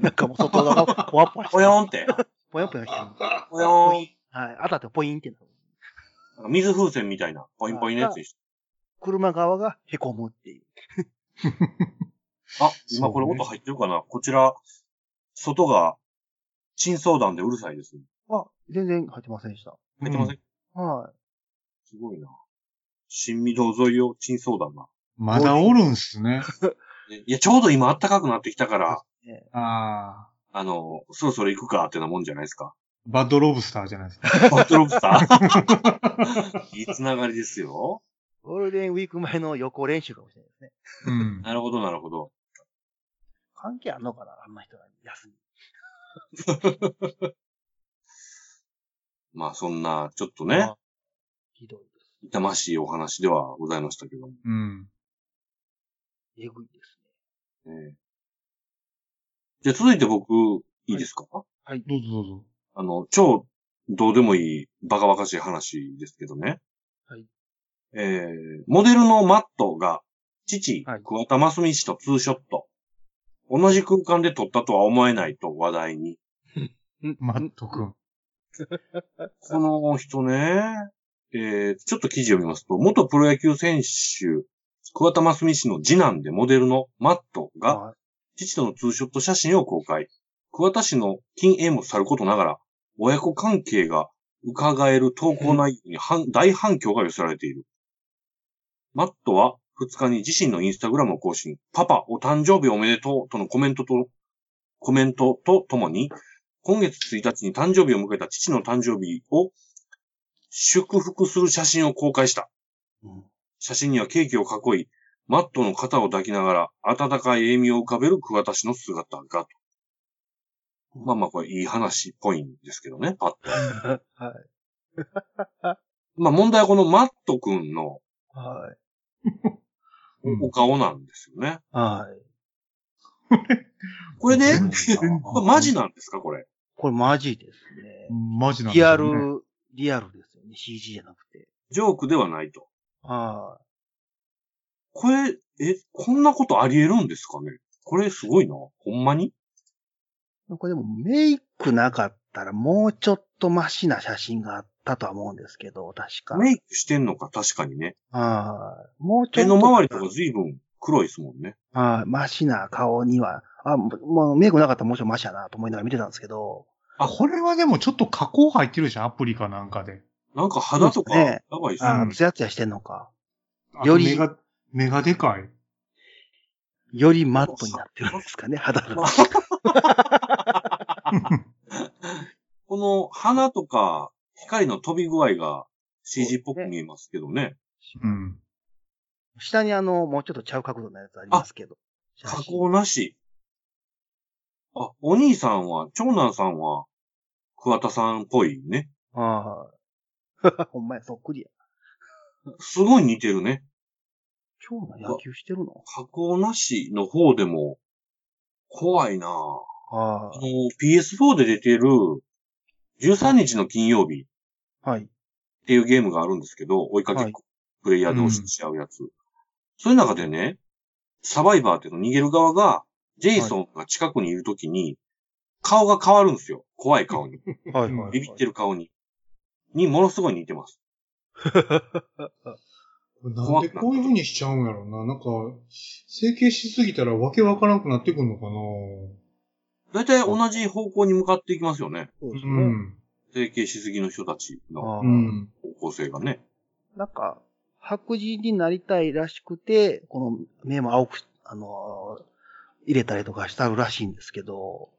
Speaker 3: なんかもう 外側がポワポワして
Speaker 1: ぽ
Speaker 3: る。
Speaker 1: よんって。
Speaker 3: ぽよんぽよんしてる。
Speaker 1: ぽよん。
Speaker 3: はい。当たってポインってなる。
Speaker 1: なんか水風船みたいな、ポインポインのやつにして。
Speaker 3: 車側が凹むっていう。
Speaker 1: あ、今これ音入ってるかな、こちら、外が、新相談でうるさいです。
Speaker 3: あ、全然入ってませんでした。
Speaker 1: 入ってません、
Speaker 3: は
Speaker 1: すごいな。新御堂沿いを陳相談が。
Speaker 2: まだおるんす ね。
Speaker 1: ねいや、ちょうど今暖かくなってきたから、
Speaker 2: ああ。
Speaker 1: あの、そろそろ行くかってなもんじゃないですか。
Speaker 2: バッドロブスターじゃないですか。
Speaker 1: バットロブスタ ーいいつながりですよ。
Speaker 3: い。ゴールデンウィーク前の予行練習かもしれないですね。
Speaker 2: うん。
Speaker 1: なるほど、なるほど。
Speaker 3: 関係あんのかなあんな人らに休み。
Speaker 1: まあ、そんな、ちょっとね
Speaker 3: あ、ひどいです。
Speaker 1: 痛ましいお話ではございましたけども。
Speaker 2: うん。
Speaker 3: えぐいですね。
Speaker 1: ねじゃあ、続いて僕、いいですか、
Speaker 2: どうぞどうぞ。
Speaker 1: あの、超どうでもいいバカバカしい話ですけどね。
Speaker 3: はい。
Speaker 1: えー、モデルのマットが、父、
Speaker 3: はい
Speaker 1: 桑田真澄氏とツーショット。同じ空間で撮ったとは思えないと話題に。
Speaker 2: マット君。
Speaker 1: この人ね、えー、ちょっと記事を見ますと、元プロ野球選手、桑田真澄氏の次男でモデルのマットが、
Speaker 3: はい
Speaker 1: 父とのツーショット写真を公開。桑田氏の禁煙もさることながら、親子関係が伺える投稿内容に反大反響が寄せられている。マットは2日に自身のインスタグラムを更新、パパお誕生日おめでとうとのコメントと、コメントとともに、今月1日に誕生日を迎えた父の誕生日を祝福する写真を公開した。
Speaker 3: うん
Speaker 1: 写真にはケーキを囲い、マットの肩を抱きながら、温かい笑みを浮かべる桑田氏の姿がと。まあまあ、これいい話っぽいんですけどね、パッと。
Speaker 3: はい。
Speaker 1: まあ問題はこのマットくんの
Speaker 3: はい。
Speaker 2: うん
Speaker 1: お顔なんですよね。
Speaker 3: はい。
Speaker 1: これね、
Speaker 2: 全然
Speaker 1: これマジなんですか、これ。
Speaker 3: これマジですね。
Speaker 2: マジなんだ
Speaker 3: リア
Speaker 2: よね
Speaker 3: ル、リアルですよね。CG じゃなくて。
Speaker 1: ジョークではないと。
Speaker 3: は
Speaker 1: これ、え、こんなことあり得るんですかねこれすごいな。ほんまに
Speaker 3: い。なんかでもメイクなかったらもうちょっとマシな写真があったとは思うんですけど、確か。
Speaker 1: メイクしてんのか、確かにね。
Speaker 3: はい。もうち
Speaker 1: 手
Speaker 3: ょっ
Speaker 1: の
Speaker 3: と。
Speaker 1: 周りとか随分黒いですもんね。
Speaker 3: はい。マシな顔には、あ、もうもうメイクなかったらもちろんマシやなと思いながら見てたんですけど。
Speaker 1: あ
Speaker 2: これはでもちょっと加工入ってるじゃん、アプリかなんかで。
Speaker 1: なんか肌とか、
Speaker 3: そうで
Speaker 1: や
Speaker 3: す
Speaker 1: ばいっす
Speaker 3: あ
Speaker 1: ね
Speaker 2: うん。
Speaker 3: ツヤツヤしてんのか。
Speaker 2: あと
Speaker 3: より
Speaker 2: 目が、目がでかい。
Speaker 3: よりマットになってるんですかね、肌が。
Speaker 1: この鼻とか光の飛び具合が CG っぽく見えますけどね。
Speaker 2: うん。
Speaker 3: 下にあの、もうちょっとちゃう角度のやつありますけど。写
Speaker 1: 加
Speaker 3: 真
Speaker 1: 工なし。あ、お兄さんは、長男さんは、桑田さんっぽいね。
Speaker 3: はい。 ほんまや、そっくりや。
Speaker 1: すごい似てるね。
Speaker 3: 今日の野球してるの
Speaker 1: 加工なしの方でも、怖いなぁ
Speaker 3: は
Speaker 1: あの、PS4 で出てる、13日の金曜日っ
Speaker 3: い。はい。
Speaker 1: ていうゲームがあるんですけど、追いかけっこ、プレイヤー同士でし合うやつ。そういう中でね、サバイバーっていうの逃げる側が、ジェイソンが近くにいるときに、顔が変わるんですよ。怖い顔に。
Speaker 3: はい
Speaker 2: はい
Speaker 1: ビビってる顔に。に、ものすごい似てます。
Speaker 2: なんでこういう風にしちゃうんやろうな。なんか、整形しすぎたらわけわからんくなってくんのか
Speaker 1: だ
Speaker 2: な
Speaker 1: いたい同じ方向に向かっていきますよね。
Speaker 3: そうです
Speaker 2: う
Speaker 3: ね。
Speaker 2: ん。
Speaker 1: 整形しすぎの人たちの
Speaker 3: ああ
Speaker 2: うん。
Speaker 1: 方向性がね。
Speaker 3: なんか、白人になりたいらしくて、この目も青く、あのー入れたりとかしたらしいんですけど、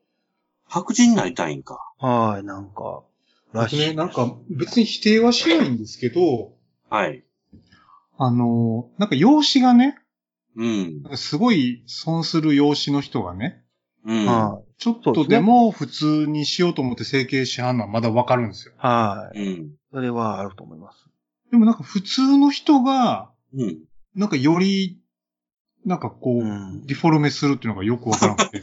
Speaker 1: 白人になりたいんか。
Speaker 3: はい、なんか、ら
Speaker 2: 僕
Speaker 3: しいです。
Speaker 2: ね、なんか別に否定はしないんですけど、
Speaker 1: はい。
Speaker 2: あのー、なんか容姿がね、
Speaker 1: うん。
Speaker 2: なんかすごい損する容姿の人がね、
Speaker 1: うん。
Speaker 3: は
Speaker 2: ちょっとでも普通にしようと思って整形しはんのはまだわかるんですよ。
Speaker 3: い。はい。
Speaker 1: うん。
Speaker 3: それはあると思います。
Speaker 2: でもなんか普通の人が、
Speaker 1: うん。
Speaker 2: なんかより、なんかこう、
Speaker 3: うん。
Speaker 2: ディフォルメするっていうのがよくわから なくて。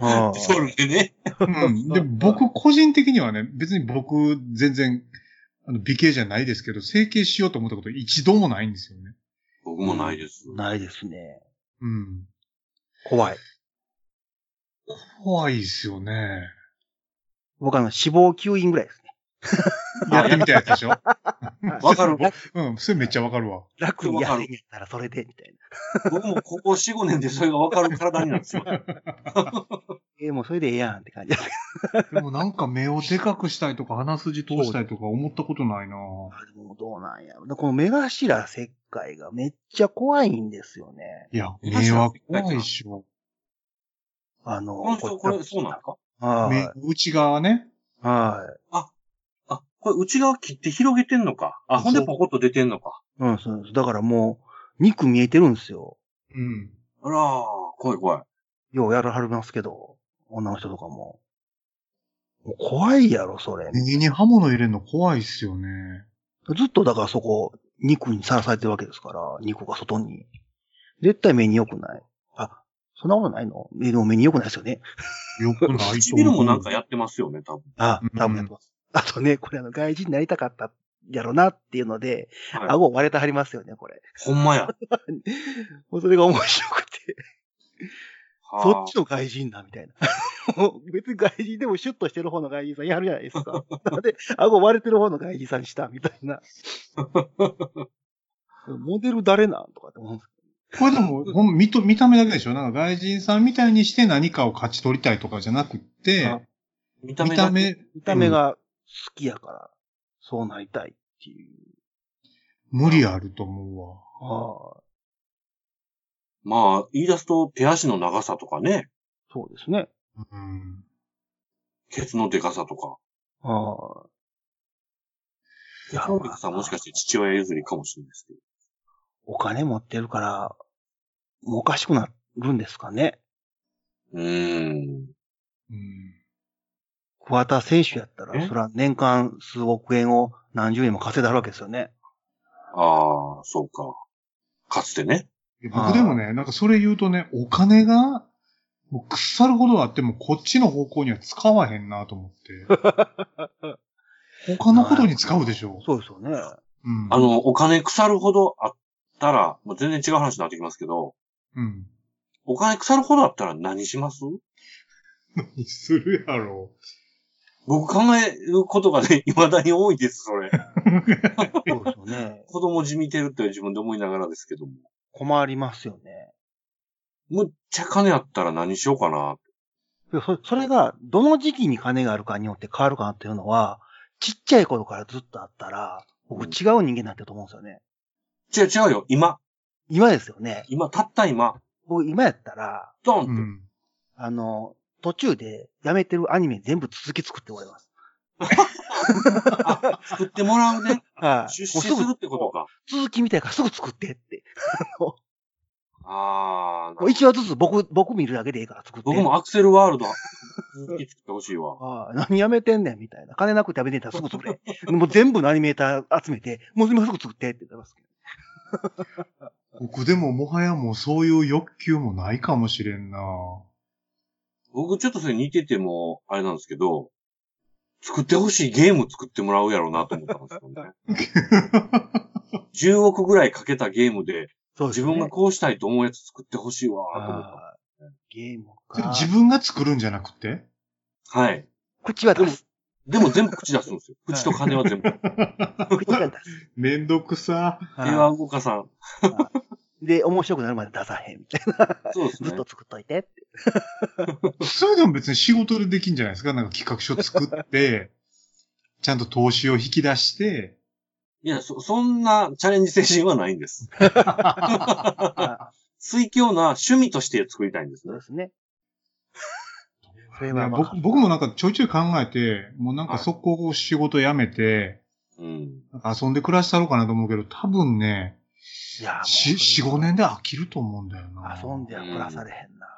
Speaker 3: はい
Speaker 1: それでね。
Speaker 2: うん。で、僕個人的にはね、別に僕全然、あの、美形じゃないですけど、整形しようと思ったこと一度もないんですよね。
Speaker 1: 僕もないです。
Speaker 3: ないですね。
Speaker 2: うん。
Speaker 3: 怖い。
Speaker 2: 怖いですよね。
Speaker 3: 僕あの、死亡吸引ぐらいですね。
Speaker 2: やってみたやつでしょ
Speaker 1: わかる。
Speaker 2: うん、それめっちゃわかるわ。
Speaker 3: 楽に痩せんやったらそれで、みたいな。
Speaker 1: 僕もここ4、5年でそれがわかる体になって しまった。
Speaker 3: えーもうそれでええやんって感じですけ
Speaker 2: でもなんか目をでかくしたいとか鼻筋通したいとか思ったことないなぁ
Speaker 3: ど。あでもどうなんやろ。でこの目頭切開がめっちゃ怖いんですよね。
Speaker 2: いや、目は怖いっしょ。
Speaker 3: あの、
Speaker 1: この人、これ、そうなのか
Speaker 2: 目
Speaker 3: は、
Speaker 2: 内側ね。
Speaker 3: い。は
Speaker 1: あ、これ内側切って広げてんのか。あ、ほんでポコッと出てんのか。
Speaker 3: い。うん、そうです。だからもう、肉見えてるんですよ。
Speaker 2: うん。
Speaker 1: あらー、怖い怖い。
Speaker 3: ようやるはるますけど、女の人とかも。もう怖いやろ、それ。
Speaker 2: 右に刃物入れるの怖いっすよね。
Speaker 3: ずっとだからそこ、肉にさらされてるわけですから、肉が外に。絶対目に良くない。あ、そんなことないの目でも目に良くないですよね。
Speaker 2: よくないと思う。
Speaker 1: 唇もなんかやってますよね、多分。
Speaker 3: あ
Speaker 2: うん、
Speaker 3: 多分やってます。あとね、これあの、外人になりたかったやろなっていうので、
Speaker 1: はい、
Speaker 3: 顎割れてはりますよね、これ。
Speaker 1: ほんまや。
Speaker 3: もうそれが面白くて。
Speaker 1: はー
Speaker 3: そっちの外人だ、みたいな。もう別に外人でもシュッとしてる方の外人さんやるじゃないですか。なんで、顎割れてる方の外人さんにした、みたい な。モデル誰なんとかって思うんです
Speaker 2: これでも、ほん見と、見た目だけでしょなんか外人さんみたいにして何かを勝ち取りたいとかじゃなくって、
Speaker 3: あ
Speaker 1: 見た
Speaker 2: 見
Speaker 1: 目
Speaker 2: た
Speaker 1: だけ
Speaker 2: 目、
Speaker 3: 見た目が好きやから、そうなりたいっていう。
Speaker 2: 無理あると思
Speaker 3: ああ、
Speaker 1: まあ、言い出すと手足の長さとかね、
Speaker 3: そうですね。
Speaker 2: うわ。うん。
Speaker 1: ケツのデカさとか。
Speaker 3: ああ。いや
Speaker 1: ケツのデカさはもしかして父親譲りかもしれないですけど。
Speaker 3: お金持ってるから、もうおかしくなるんですかね。
Speaker 1: うーん。
Speaker 2: うん。
Speaker 3: 桑田選手やったら、
Speaker 1: え
Speaker 3: それは年間数億円を何十円も稼いだるわけですよね。
Speaker 1: ああ、そうか。かつてね。
Speaker 2: いや僕でもね、なんかそれ言うとね、お金が、もう腐るほどあっても、こっちの方向には使わへんなと思って。他のことに使うでしょ。
Speaker 3: そうですよね。
Speaker 2: うん。
Speaker 1: あ、の、お金腐るほどあったら、もう全然違う話になってきますけど、
Speaker 2: うん。
Speaker 1: お金腐るほどあったら何します
Speaker 2: 何するやろ
Speaker 1: 僕考えることがね、 未だに多いです、それ。
Speaker 3: そうですよね。
Speaker 1: 子供じみてるって自分で思いながらですけども。
Speaker 3: 困りますよね。
Speaker 1: むっちゃ金あったら何しようかな。
Speaker 3: そそれが、どの時期に金があるかによって変わるかなっていうのは、ちっちゃい頃からずっとあったら、僕
Speaker 1: うん
Speaker 3: 違う人間になってると思うんですよね。
Speaker 1: 違う違うよ、今。
Speaker 3: 今ですよね。
Speaker 1: 今、たった今。
Speaker 3: 僕今やったら、
Speaker 1: ドンっ
Speaker 2: う。
Speaker 1: て。
Speaker 2: うん。
Speaker 3: あの、途中でやめてるアニメ全部続き作っております。
Speaker 1: あ、作ってもらう ね。
Speaker 3: はい。
Speaker 1: 出資
Speaker 3: もう
Speaker 1: す
Speaker 3: すぐ
Speaker 1: るってことか。
Speaker 3: 続きみたいからすぐ作ってって。
Speaker 1: ああ、
Speaker 3: もう一話ずつ僕、僕見るだけでいいから作って。
Speaker 1: 僕もアクセルワールド、 続き作ってほしいわ。
Speaker 3: ああ、何やめてんねんみたいな。金なくてやめてんだったらすぐ作れ。 もう全部のアニメーター集めて、もう今すぐ作ってって言ってますけど。
Speaker 2: 僕でももはやもうそういう欲求もないかもしれんな
Speaker 1: 僕ちょっとそれ似てても、あれなんですけど、作ってほしいゲーム作ってもらうやろうなと思ったんですよね。10億ぐらいかけたゲームで、
Speaker 3: そうで
Speaker 1: 自
Speaker 3: すね
Speaker 1: 分がこうしたいと思うやつ作ってほしいわーと思っ
Speaker 3: ああゲーム
Speaker 2: それ
Speaker 3: か。
Speaker 2: 自分が作るんじゃなくて
Speaker 1: た。はい。
Speaker 3: 口は出す。
Speaker 1: でも全部口出すん ですよ。
Speaker 3: はい
Speaker 1: 口と金は全部。
Speaker 3: 口は出す。
Speaker 2: めんどくさ。
Speaker 1: 手は動かさん。
Speaker 3: で、面白くなるまで出さへんみたい
Speaker 1: そうです
Speaker 3: な。
Speaker 1: ね
Speaker 3: ずっ。と作っといてって。
Speaker 2: それでも別に仕事でできんじゃないですかなんか企画書作 って、ちゃんと投資を引き出して、
Speaker 1: いや、そ、そんなチャレンジ精神はないん です。
Speaker 3: あ
Speaker 1: 水強な趣味として作りたいんです
Speaker 3: そ う
Speaker 1: ね
Speaker 3: で。すね。それ
Speaker 2: いや
Speaker 3: はまあ
Speaker 2: 僕僕もなんかちょいちょい考えて、もうなんか速攻仕事辞めて、
Speaker 1: うん。
Speaker 2: なんか遊んで暮らしたろうかなと思うけど、多分ね、
Speaker 3: いや、もう
Speaker 2: し
Speaker 3: そ
Speaker 2: 4、5
Speaker 3: れ
Speaker 2: 年で飽きると思うんだよな。
Speaker 3: 遊んでは暮らされへんな。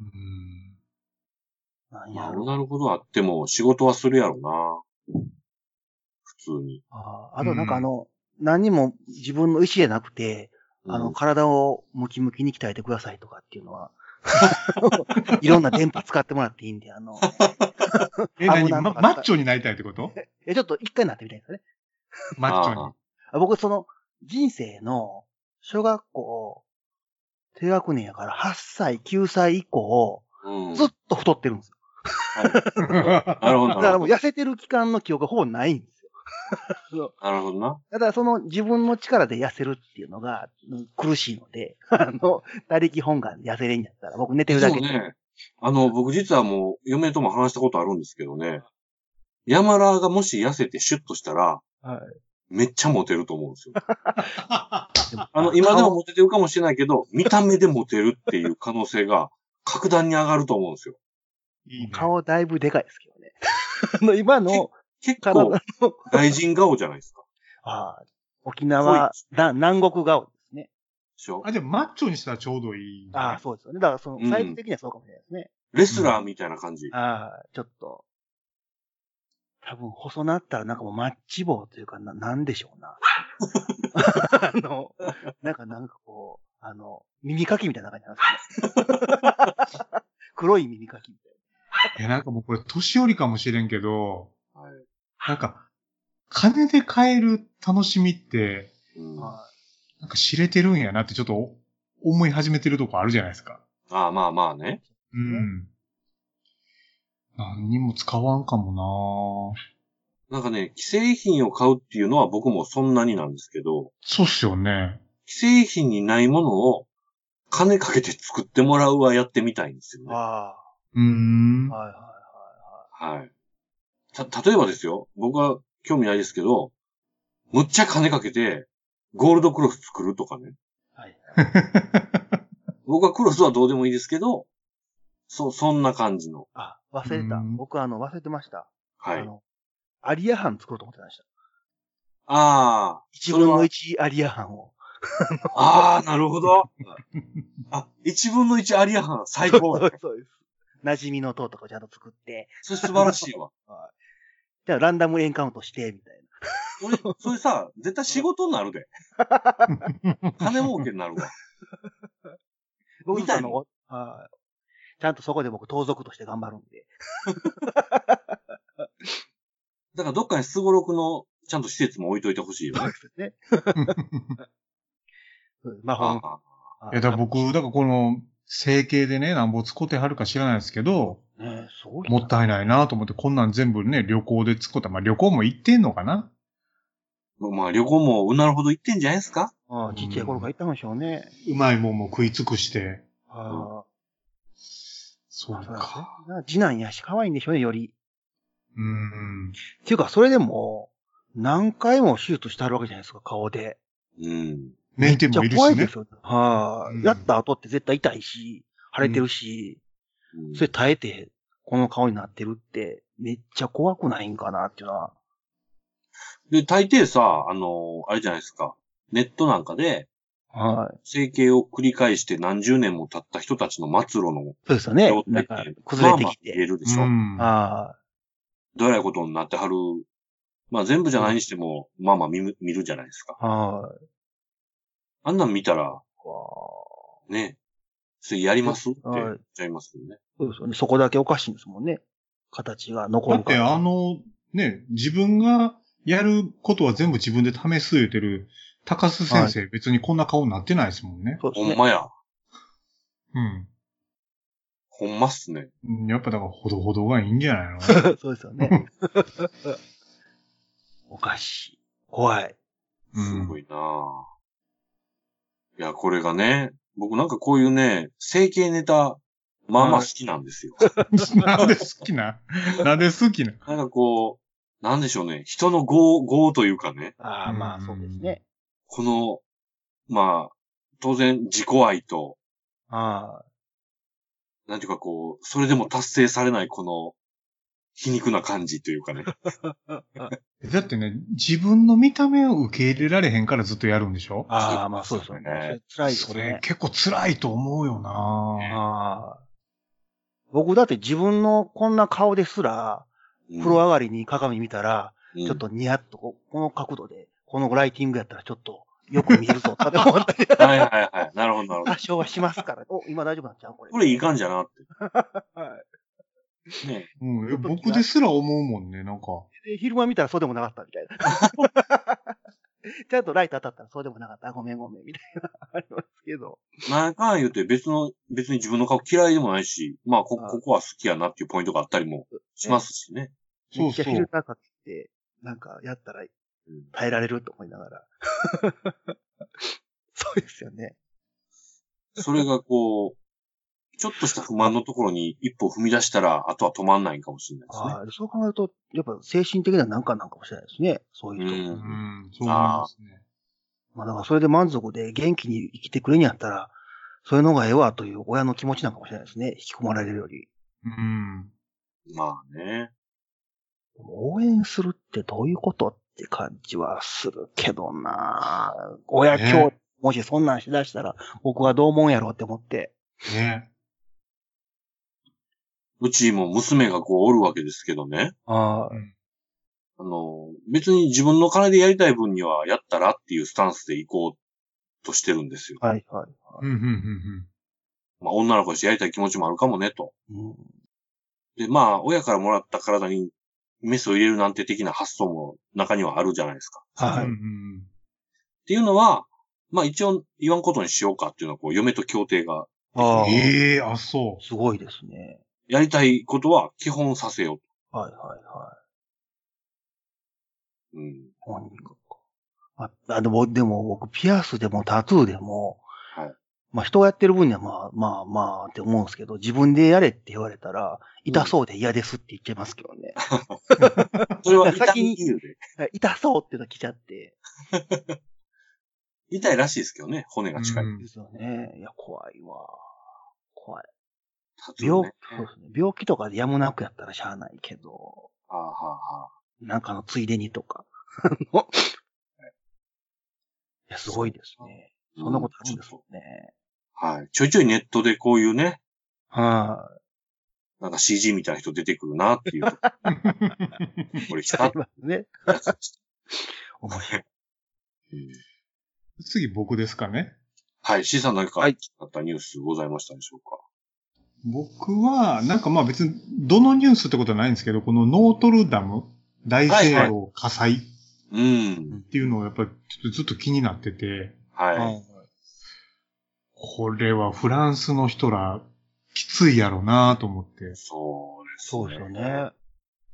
Speaker 2: うん。
Speaker 3: なん
Speaker 1: ま
Speaker 3: や
Speaker 1: あ、
Speaker 3: ろ。
Speaker 1: なるほどあっても、仕事はするやろな。普通に。
Speaker 3: あああとなんかあの、何にも自分の意思じゃなくて、
Speaker 1: うん
Speaker 3: あの、体をムキムキに鍛えてくださいとかっていうのは、 いろんな電波使ってもらっていいんで、あの、
Speaker 2: え、何
Speaker 3: 危な
Speaker 2: マ
Speaker 3: い
Speaker 2: マッチョになりたいってこと
Speaker 3: えちょっと一回なってみたいですね。
Speaker 2: マッチョに。
Speaker 3: あ僕、その、人生の、小学校、低学年やから8歳、9歳以降、
Speaker 1: うん。
Speaker 3: ずっと太ってるんですよ。
Speaker 1: なるほど、な
Speaker 3: だか
Speaker 1: る
Speaker 3: ら
Speaker 1: ほ
Speaker 3: もう
Speaker 1: ど。
Speaker 3: 痩せてる期間の記憶がほぼないんですよ。
Speaker 1: なるほどな。
Speaker 3: ただその自分の力で痩せるっていうのがうん苦しいので、 あの、他力本願で痩せれんやったら僕寝てるだ
Speaker 1: そ
Speaker 3: け
Speaker 1: う
Speaker 3: で。
Speaker 1: ね。あの、僕実はもう、嫁とも話したことあるんですけどね。ヤマラがもし痩せてシュッとしたら、
Speaker 3: はい
Speaker 1: めっちゃモテると思うんで すよ。
Speaker 3: でも
Speaker 1: あの、今でも
Speaker 3: 顔
Speaker 1: モテてるかもしれないけど、見た目でモテるっていう可能性が、格段に上がると思うんですよ。
Speaker 2: いいね。
Speaker 3: 顔だいぶでかいですけどね。 あの、今の
Speaker 1: 結
Speaker 3: 体
Speaker 1: 構
Speaker 3: の、、
Speaker 1: 外人顔じゃないですか。
Speaker 3: あー沖縄、だ南国顔ですね。
Speaker 1: でしょ
Speaker 2: あ、でもマッチョにしたらちょうどいいんじゃない。
Speaker 3: ああ、そうですよね。だからその
Speaker 1: う、ん
Speaker 3: サイズ的にはそうかもしれないですね。
Speaker 1: レスラーみたいな感じ。
Speaker 3: ああ、ちょっと。多分、細なったらなんかもうマッチ棒というかな、なんでしょうな。あの、なんかなんかこう、あの、耳かきみたいな感じなんですかね黒い耳かきみたい
Speaker 2: いや、なんかもうこれ年寄りかもしれんけど、
Speaker 1: はい
Speaker 2: なんか、金で買える楽しみって、
Speaker 1: うん
Speaker 3: な。
Speaker 1: あ
Speaker 3: はい
Speaker 2: なんか知れてるんやなってちょっと思い始めてるとこあるじゃないですか。
Speaker 1: あ、まあまあね。
Speaker 2: うん。何にも使わんかもな
Speaker 1: なんかね、既製品を買うっていうのは僕もそんなになんですけど、
Speaker 2: そうっすよね。
Speaker 1: 既製品にないものを金かけて作ってもらうはやってみたいんですよね。
Speaker 3: あ
Speaker 2: うー
Speaker 3: あ、
Speaker 2: ん。
Speaker 3: はいはいは
Speaker 1: はい。た、例えばですよ。僕は興味ないですけど、むっちゃ金かけて、ゴールドクロス作るとかね。
Speaker 3: い。はい、
Speaker 1: 僕はクロスはどうでもいいですけど、そ、そんな感じの。
Speaker 3: あ、忘れた
Speaker 2: う。ん
Speaker 3: 僕あの、忘れてました。
Speaker 1: は
Speaker 3: あ
Speaker 1: い。
Speaker 3: の、アリアハン作ろうと思ってました。
Speaker 1: ああ、
Speaker 3: 1
Speaker 1: それ
Speaker 3: 分の
Speaker 1: は
Speaker 3: 1アリアハンを。
Speaker 1: ああ、なるほど。あ、一分の一アリアハン、最
Speaker 3: そ
Speaker 1: 高
Speaker 3: う。ですそうです。馴染みの塔とかをちゃんと作って、
Speaker 1: それ素晴らしいわ。
Speaker 3: じゃあランダムエンカウントして、みたいな。
Speaker 1: それ、それさ、絶対仕事になるで。金儲けになるわ。
Speaker 3: 僕
Speaker 1: みたいな
Speaker 3: の、はいちゃんとそこで僕、盗賊として頑張るんで。
Speaker 1: だからどっかにスゴロクの、ちゃんと施設も置いといてほしいよね。
Speaker 3: ですね。うん魔法の。
Speaker 1: あ
Speaker 2: いや、だから僕、だからこの、整形でね、なんぼ使ってはるか知らないですけど、
Speaker 3: ねすごいな。
Speaker 2: もったいないなと思って、こんなん全部ね、旅行で使った。まあ旅行も行ってんのかな
Speaker 1: あまあ旅行もうなるほど行ってんじゃないですか
Speaker 3: ああちっちゃい頃から行ったんでしょうね。
Speaker 2: うまいもんも食い尽くして。
Speaker 3: あ
Speaker 2: そ
Speaker 3: あ
Speaker 2: う
Speaker 3: そうなんですね
Speaker 2: か。
Speaker 3: 次男やし、可愛いんでしょうね、より。
Speaker 2: うん。
Speaker 3: っていうか、それでも、何回も手術してあるわけじゃないですか、顔で。
Speaker 1: うん。
Speaker 2: メンテもい
Speaker 3: めっち
Speaker 2: る
Speaker 3: ゃ怖
Speaker 2: し
Speaker 3: いで
Speaker 2: ね
Speaker 3: す。よ。は
Speaker 2: うん
Speaker 3: い。やった後って絶対痛いし、腫れてるし、
Speaker 1: うん
Speaker 3: それ耐えて、この顔になってるって、めっちゃ怖くないんかなっていうのは。
Speaker 1: で、大抵さ、あのあれじゃないですか。ネットなんかで、
Speaker 3: はい。
Speaker 1: 整形を繰り返して何十年も経った人たちの末路の
Speaker 3: そうですよね
Speaker 1: 状。態
Speaker 3: な
Speaker 1: って、
Speaker 3: んか、崩れてき
Speaker 1: まあまあ
Speaker 3: て。
Speaker 1: 言えるでしょ。
Speaker 2: うん。
Speaker 3: あ
Speaker 1: どうやらいことになってはる。まあ全部じゃないにしても、まあまあ見む見るじゃないですか。
Speaker 3: あ、はい。
Speaker 1: あんなん見たら、
Speaker 3: わあ
Speaker 1: ね、それやりますって
Speaker 3: はい
Speaker 1: 言っちゃいますよね。
Speaker 3: そうですよね。そこだけおかしいんですもんね。形が残
Speaker 2: だ
Speaker 3: る
Speaker 2: っ
Speaker 3: か
Speaker 2: て
Speaker 3: ら。
Speaker 2: あの、ね、自分がやることは全部自分で試す言うてる高須先生、別にこんな顔になってないですもんね。
Speaker 3: そうです
Speaker 1: ほん
Speaker 3: ね。
Speaker 1: まや。
Speaker 2: うん
Speaker 1: ほんまっすね。
Speaker 2: うん。やっぱだからほどほどがいいんじゃないの
Speaker 3: そう ですよね。 おかしい。怖い。
Speaker 2: う
Speaker 1: すご
Speaker 2: ん。
Speaker 1: いなぁ。いや、これがね、僕なんかこういうね、整形ネタ、まあまあ好きなんですよ。
Speaker 2: なんで好きななんで好きな
Speaker 1: なんかこう、なんでしょうね、人の業、業というかね、
Speaker 3: ああ、まあそうですね。
Speaker 1: この、まあ、当然自己愛と、
Speaker 3: あ
Speaker 1: なんていうかこう、それでも達成されないこの、皮肉な感じというか ね。
Speaker 2: だってね、自分の見た目を受け入れられへんからずっとやるんでしょ
Speaker 3: あ、ああ、まあそうですよね。それ辛いです
Speaker 2: それ
Speaker 3: ね。
Speaker 2: 結構辛いと思うよな
Speaker 3: ああ。僕だって自分のこんな顔ですら、
Speaker 1: うん
Speaker 3: 風呂上がりに鏡見たら、
Speaker 1: うん
Speaker 3: ちょっとニヤッとこうこの角度で、このライティングやったらちょっとよく見えるぞって思ったり、
Speaker 1: はいはいはい。なるほど、なるほど
Speaker 3: 多。少はしますから。 お、今大丈夫なんちゃうこれ。
Speaker 1: これいかんじゃなっ
Speaker 3: は
Speaker 1: て。ね。
Speaker 2: うん、え僕ですら思うもんね、なんか。
Speaker 3: い。で、昼間見たらそうでもなかったみたいな。 ちゃんとライト当たったらそうでもなかった。あごめんごめんみたいな。ありますけど。
Speaker 1: なんやかん言うて別の、別に自分の顔嫌いでもないし、まあ、こ、ここは好きやなっていうポイントがあったりもしますしね。
Speaker 2: そう
Speaker 3: めっち
Speaker 2: そ
Speaker 3: ゃフィル
Speaker 2: う。
Speaker 3: ターかけて、なんかやった
Speaker 1: う
Speaker 3: ら
Speaker 1: ん
Speaker 3: 耐えられると思いながら。 そうですよね。
Speaker 1: それがこう、ちょっとした不満のところに一歩踏み出したら、あとは止まんないかもしれないですね。
Speaker 3: ああそう考えると、やっぱ精神的ななんかなんかもしれないですね。そういう人。
Speaker 1: う
Speaker 2: うんん、そう思いますね。
Speaker 3: まあだからそれで満足で元気に生きてくれんやったら、そういうのがええわという親の気持ちなんかもしれないですね。引き込まれるより。
Speaker 2: うん。
Speaker 1: まあね。
Speaker 3: でも応援するってどういうことって感じはするけどなあ親
Speaker 2: ね
Speaker 3: 今日、もしそんなんしだしたら、僕はどう思うんやろうって思って。
Speaker 2: ね。
Speaker 1: うちも娘がこうおるわけですけどね。
Speaker 3: ああ、
Speaker 1: あの、別に自分の金でやりたい分にはやったらっていうスタンスで行こうとしてるんですよ。
Speaker 3: はいはい。
Speaker 2: うん、うん、うん、
Speaker 1: まあ女の子としてやりたい気持ちもあるかもねと。
Speaker 3: うん、
Speaker 1: で、まあ、親からもらった体にメスを入れるなんて的な発想も中にはあるじゃないですか。
Speaker 2: うん。
Speaker 3: はい。
Speaker 2: うんうん
Speaker 1: っていうのは、まあ一応言わんことにしようかっていうのは、こう、嫁と協定が、
Speaker 3: ああ、
Speaker 2: ええあ、そ
Speaker 3: すごいですね。
Speaker 1: やりたいことは基本させよ
Speaker 3: はいはいはい。
Speaker 1: う。うん。
Speaker 3: 本人がこう。あ、あでも、でも僕、ピアスでもタトゥーでも、
Speaker 1: はい
Speaker 3: まあ人がやってる分にはまあまあまあって思うんですけど、自分でやれって言われたら、痛そうで嫌ですって言っちゃいますけどね。
Speaker 1: それは痛
Speaker 3: 先
Speaker 1: い
Speaker 3: に
Speaker 1: 理由で。
Speaker 3: 痛そうっていうの来ちゃって。
Speaker 1: 痛いらしいですけどね、骨
Speaker 2: う。
Speaker 1: が近い。
Speaker 2: うん
Speaker 3: ですよね。いや、怖いわ。怖い。
Speaker 1: タトゥー
Speaker 3: 病
Speaker 1: ね、
Speaker 3: そうですね、病気とかでやむなくやったらしゃあないけど、
Speaker 1: はあ、はあはあ、
Speaker 3: なんかのついでにとか。あのいや、すごいですね。そんなことあるんですもんね。
Speaker 1: はい。ちょいちょいネットでこういうね、
Speaker 3: は
Speaker 1: なんか CG みたいな人出てくるなっていう。これ
Speaker 3: い。
Speaker 1: 光
Speaker 3: あ
Speaker 1: っ
Speaker 3: りますね。
Speaker 1: たやつ です
Speaker 3: 面白い。
Speaker 1: うん
Speaker 2: 次僕ですかね。
Speaker 1: はい。C さん何か
Speaker 3: はい
Speaker 1: あったニュースございましたでしょうか、
Speaker 2: 僕は、なんかまあ別に、どのニュースってことはないんですけど、このノートルダム大聖堂火災っ
Speaker 1: うん。
Speaker 2: ていうのをやっぱりちょっとずっと気になってて、
Speaker 1: はい。
Speaker 2: これはフランスの人らきついやろなと思っ
Speaker 1: そう
Speaker 2: て。
Speaker 1: ですね。
Speaker 3: そうですよね。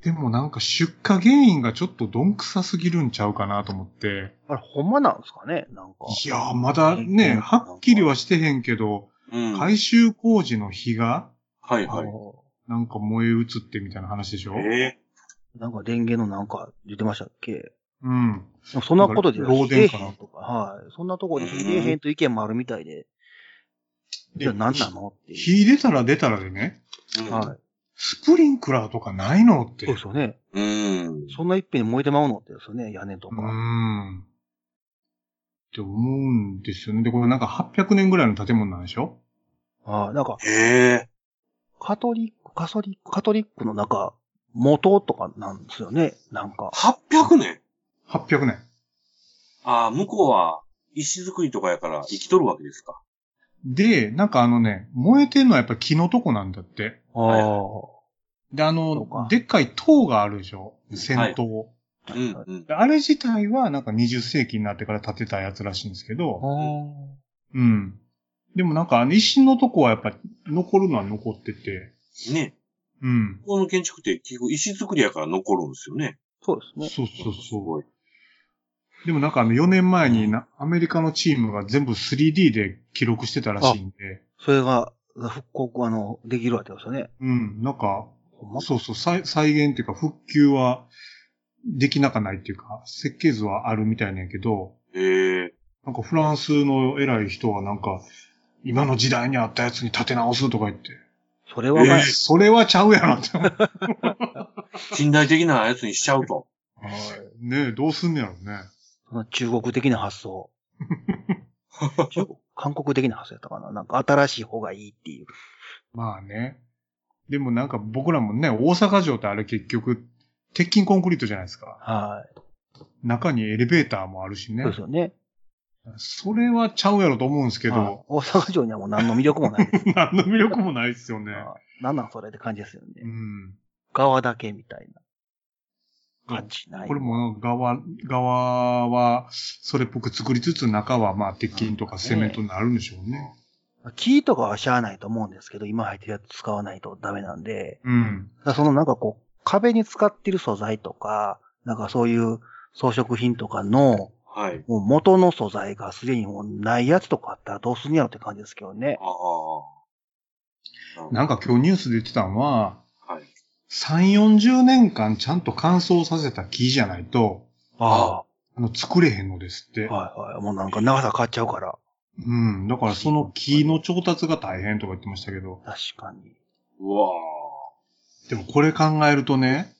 Speaker 2: でもなんか出火原因がちょっとどんくさすぎるんちゃうかなと思って。
Speaker 3: あれ、ほんまなんですかねなんか。
Speaker 2: いやーまだ
Speaker 3: う
Speaker 2: ね、
Speaker 3: ん
Speaker 2: はっきりはしてへんけど、
Speaker 1: うん。はい
Speaker 2: 改修工事の日が
Speaker 1: はい。
Speaker 3: あの
Speaker 2: なんか燃え移ってみたいな話でしょ
Speaker 1: え
Speaker 3: なんか電源のなんか出てましたっけ
Speaker 2: うん。
Speaker 3: でもそんなことで
Speaker 2: 漏電かな
Speaker 3: 冷えへんとか、はい。そんなところで冷えへんと意見もあるみたいで、じゃあ何なのっていう。
Speaker 2: 火出たら出たらでね、
Speaker 1: えうん
Speaker 3: はい。
Speaker 2: スプリンクラーとかないのって。
Speaker 3: そうですよね。
Speaker 1: うん。
Speaker 3: そんないっぺんに燃えてまうのってですよね、屋根と
Speaker 2: うー
Speaker 3: か。
Speaker 2: ん。って思うんですよね。で、これなんか800年ぐらいの建物なんでしょ
Speaker 3: はい。なんか、
Speaker 1: へえ。
Speaker 3: カトリック、カソリック、カトリックの中、元とかなんですよね、なんか。
Speaker 1: 800年
Speaker 2: ?800 年。
Speaker 1: ああ、向こうは石造りとかやから生きとるわけですか。
Speaker 2: で、なんかあのね、燃えてんのはやっぱ木のとこなんだって。
Speaker 3: あ
Speaker 1: はい
Speaker 3: あ。
Speaker 2: で、あ
Speaker 3: そうか
Speaker 2: の、でっかい塔があるでしょ
Speaker 3: うん
Speaker 2: 戦闘、
Speaker 1: うんうん。
Speaker 2: であれ自体はなんか20世紀になってから建てたやつらしいんですけど、
Speaker 3: あ
Speaker 2: うん。でもなんかあの石のとこはやっぱ残るのは残ってて、
Speaker 1: ね。
Speaker 2: うん。
Speaker 1: ここの建築って結構石造りやから残るんですよね。
Speaker 3: そうですね。
Speaker 2: そうそうそう。
Speaker 1: う。
Speaker 2: でもなんかあの4年前にな、アメリカのチームが全部 3D で記録してたらしいんで、
Speaker 3: それが、復刻、あの、できるわけですよね。
Speaker 2: うん、なんか、
Speaker 3: ほんま
Speaker 2: そうそう、再再現っていうか復旧はできなかないっていうか、設計図はあるみたいなんやけど、
Speaker 1: へえ。
Speaker 2: なんかフランスの偉い人はなんか、今の時代にあったやつに立て直すとか 言って、
Speaker 3: それは、まあ
Speaker 1: ええ
Speaker 2: それはちゃうやろって思って。
Speaker 1: 近代的なやつにしちゃうと。
Speaker 2: はいねえ、どうすんねやろね。
Speaker 3: その中国的な 発想。中国韓国的な発想やったかななんか新しい方がいいっていう。
Speaker 2: まあね。でもなんか僕らもね、大阪城ってあれ結局、鉄筋コンクリートじゃないですか。
Speaker 3: はい。
Speaker 2: 中にエレベーターもあるしね
Speaker 3: そう。ですよね。
Speaker 2: それはちゃうやろと思うんですけ
Speaker 3: はい
Speaker 2: ど、
Speaker 3: 大阪城にはもう何の魅力もない です、ね
Speaker 2: 何の魅力もないですよね。
Speaker 3: はいなんなんそれって感じですよ
Speaker 2: う
Speaker 3: ね。
Speaker 2: ん。
Speaker 3: 側だけみたいな感じない。
Speaker 2: これも側、側はそれっぽく作りつつ中はまあ鉄筋とかセメントになるんでしょうね。
Speaker 3: 木とかはしゃあないと思うんですけど、今入ってるやつ使わないとダメなんで、
Speaker 2: うん。
Speaker 3: だからそのなんかこう、壁に使ってる素材とか、なんかそういう装飾品とかの、
Speaker 1: はい。
Speaker 3: もう元の素材がすでにもうないやつとかあったらどうすんやろって感じですけどね。
Speaker 1: ああ。
Speaker 2: なんか今日ニュースで言ってたのは、
Speaker 1: はい。
Speaker 2: 3、40年間ちゃんと乾燥させた木じゃないと、
Speaker 3: ああ。
Speaker 2: あの、作れへんのですって。
Speaker 3: はいはい。もうなんか長さ変わっちゃうから。
Speaker 2: うん。だからその木の調達が大変とか言ってましたけど、
Speaker 3: 確かに。
Speaker 1: うわ
Speaker 2: でもこれ考えるとね、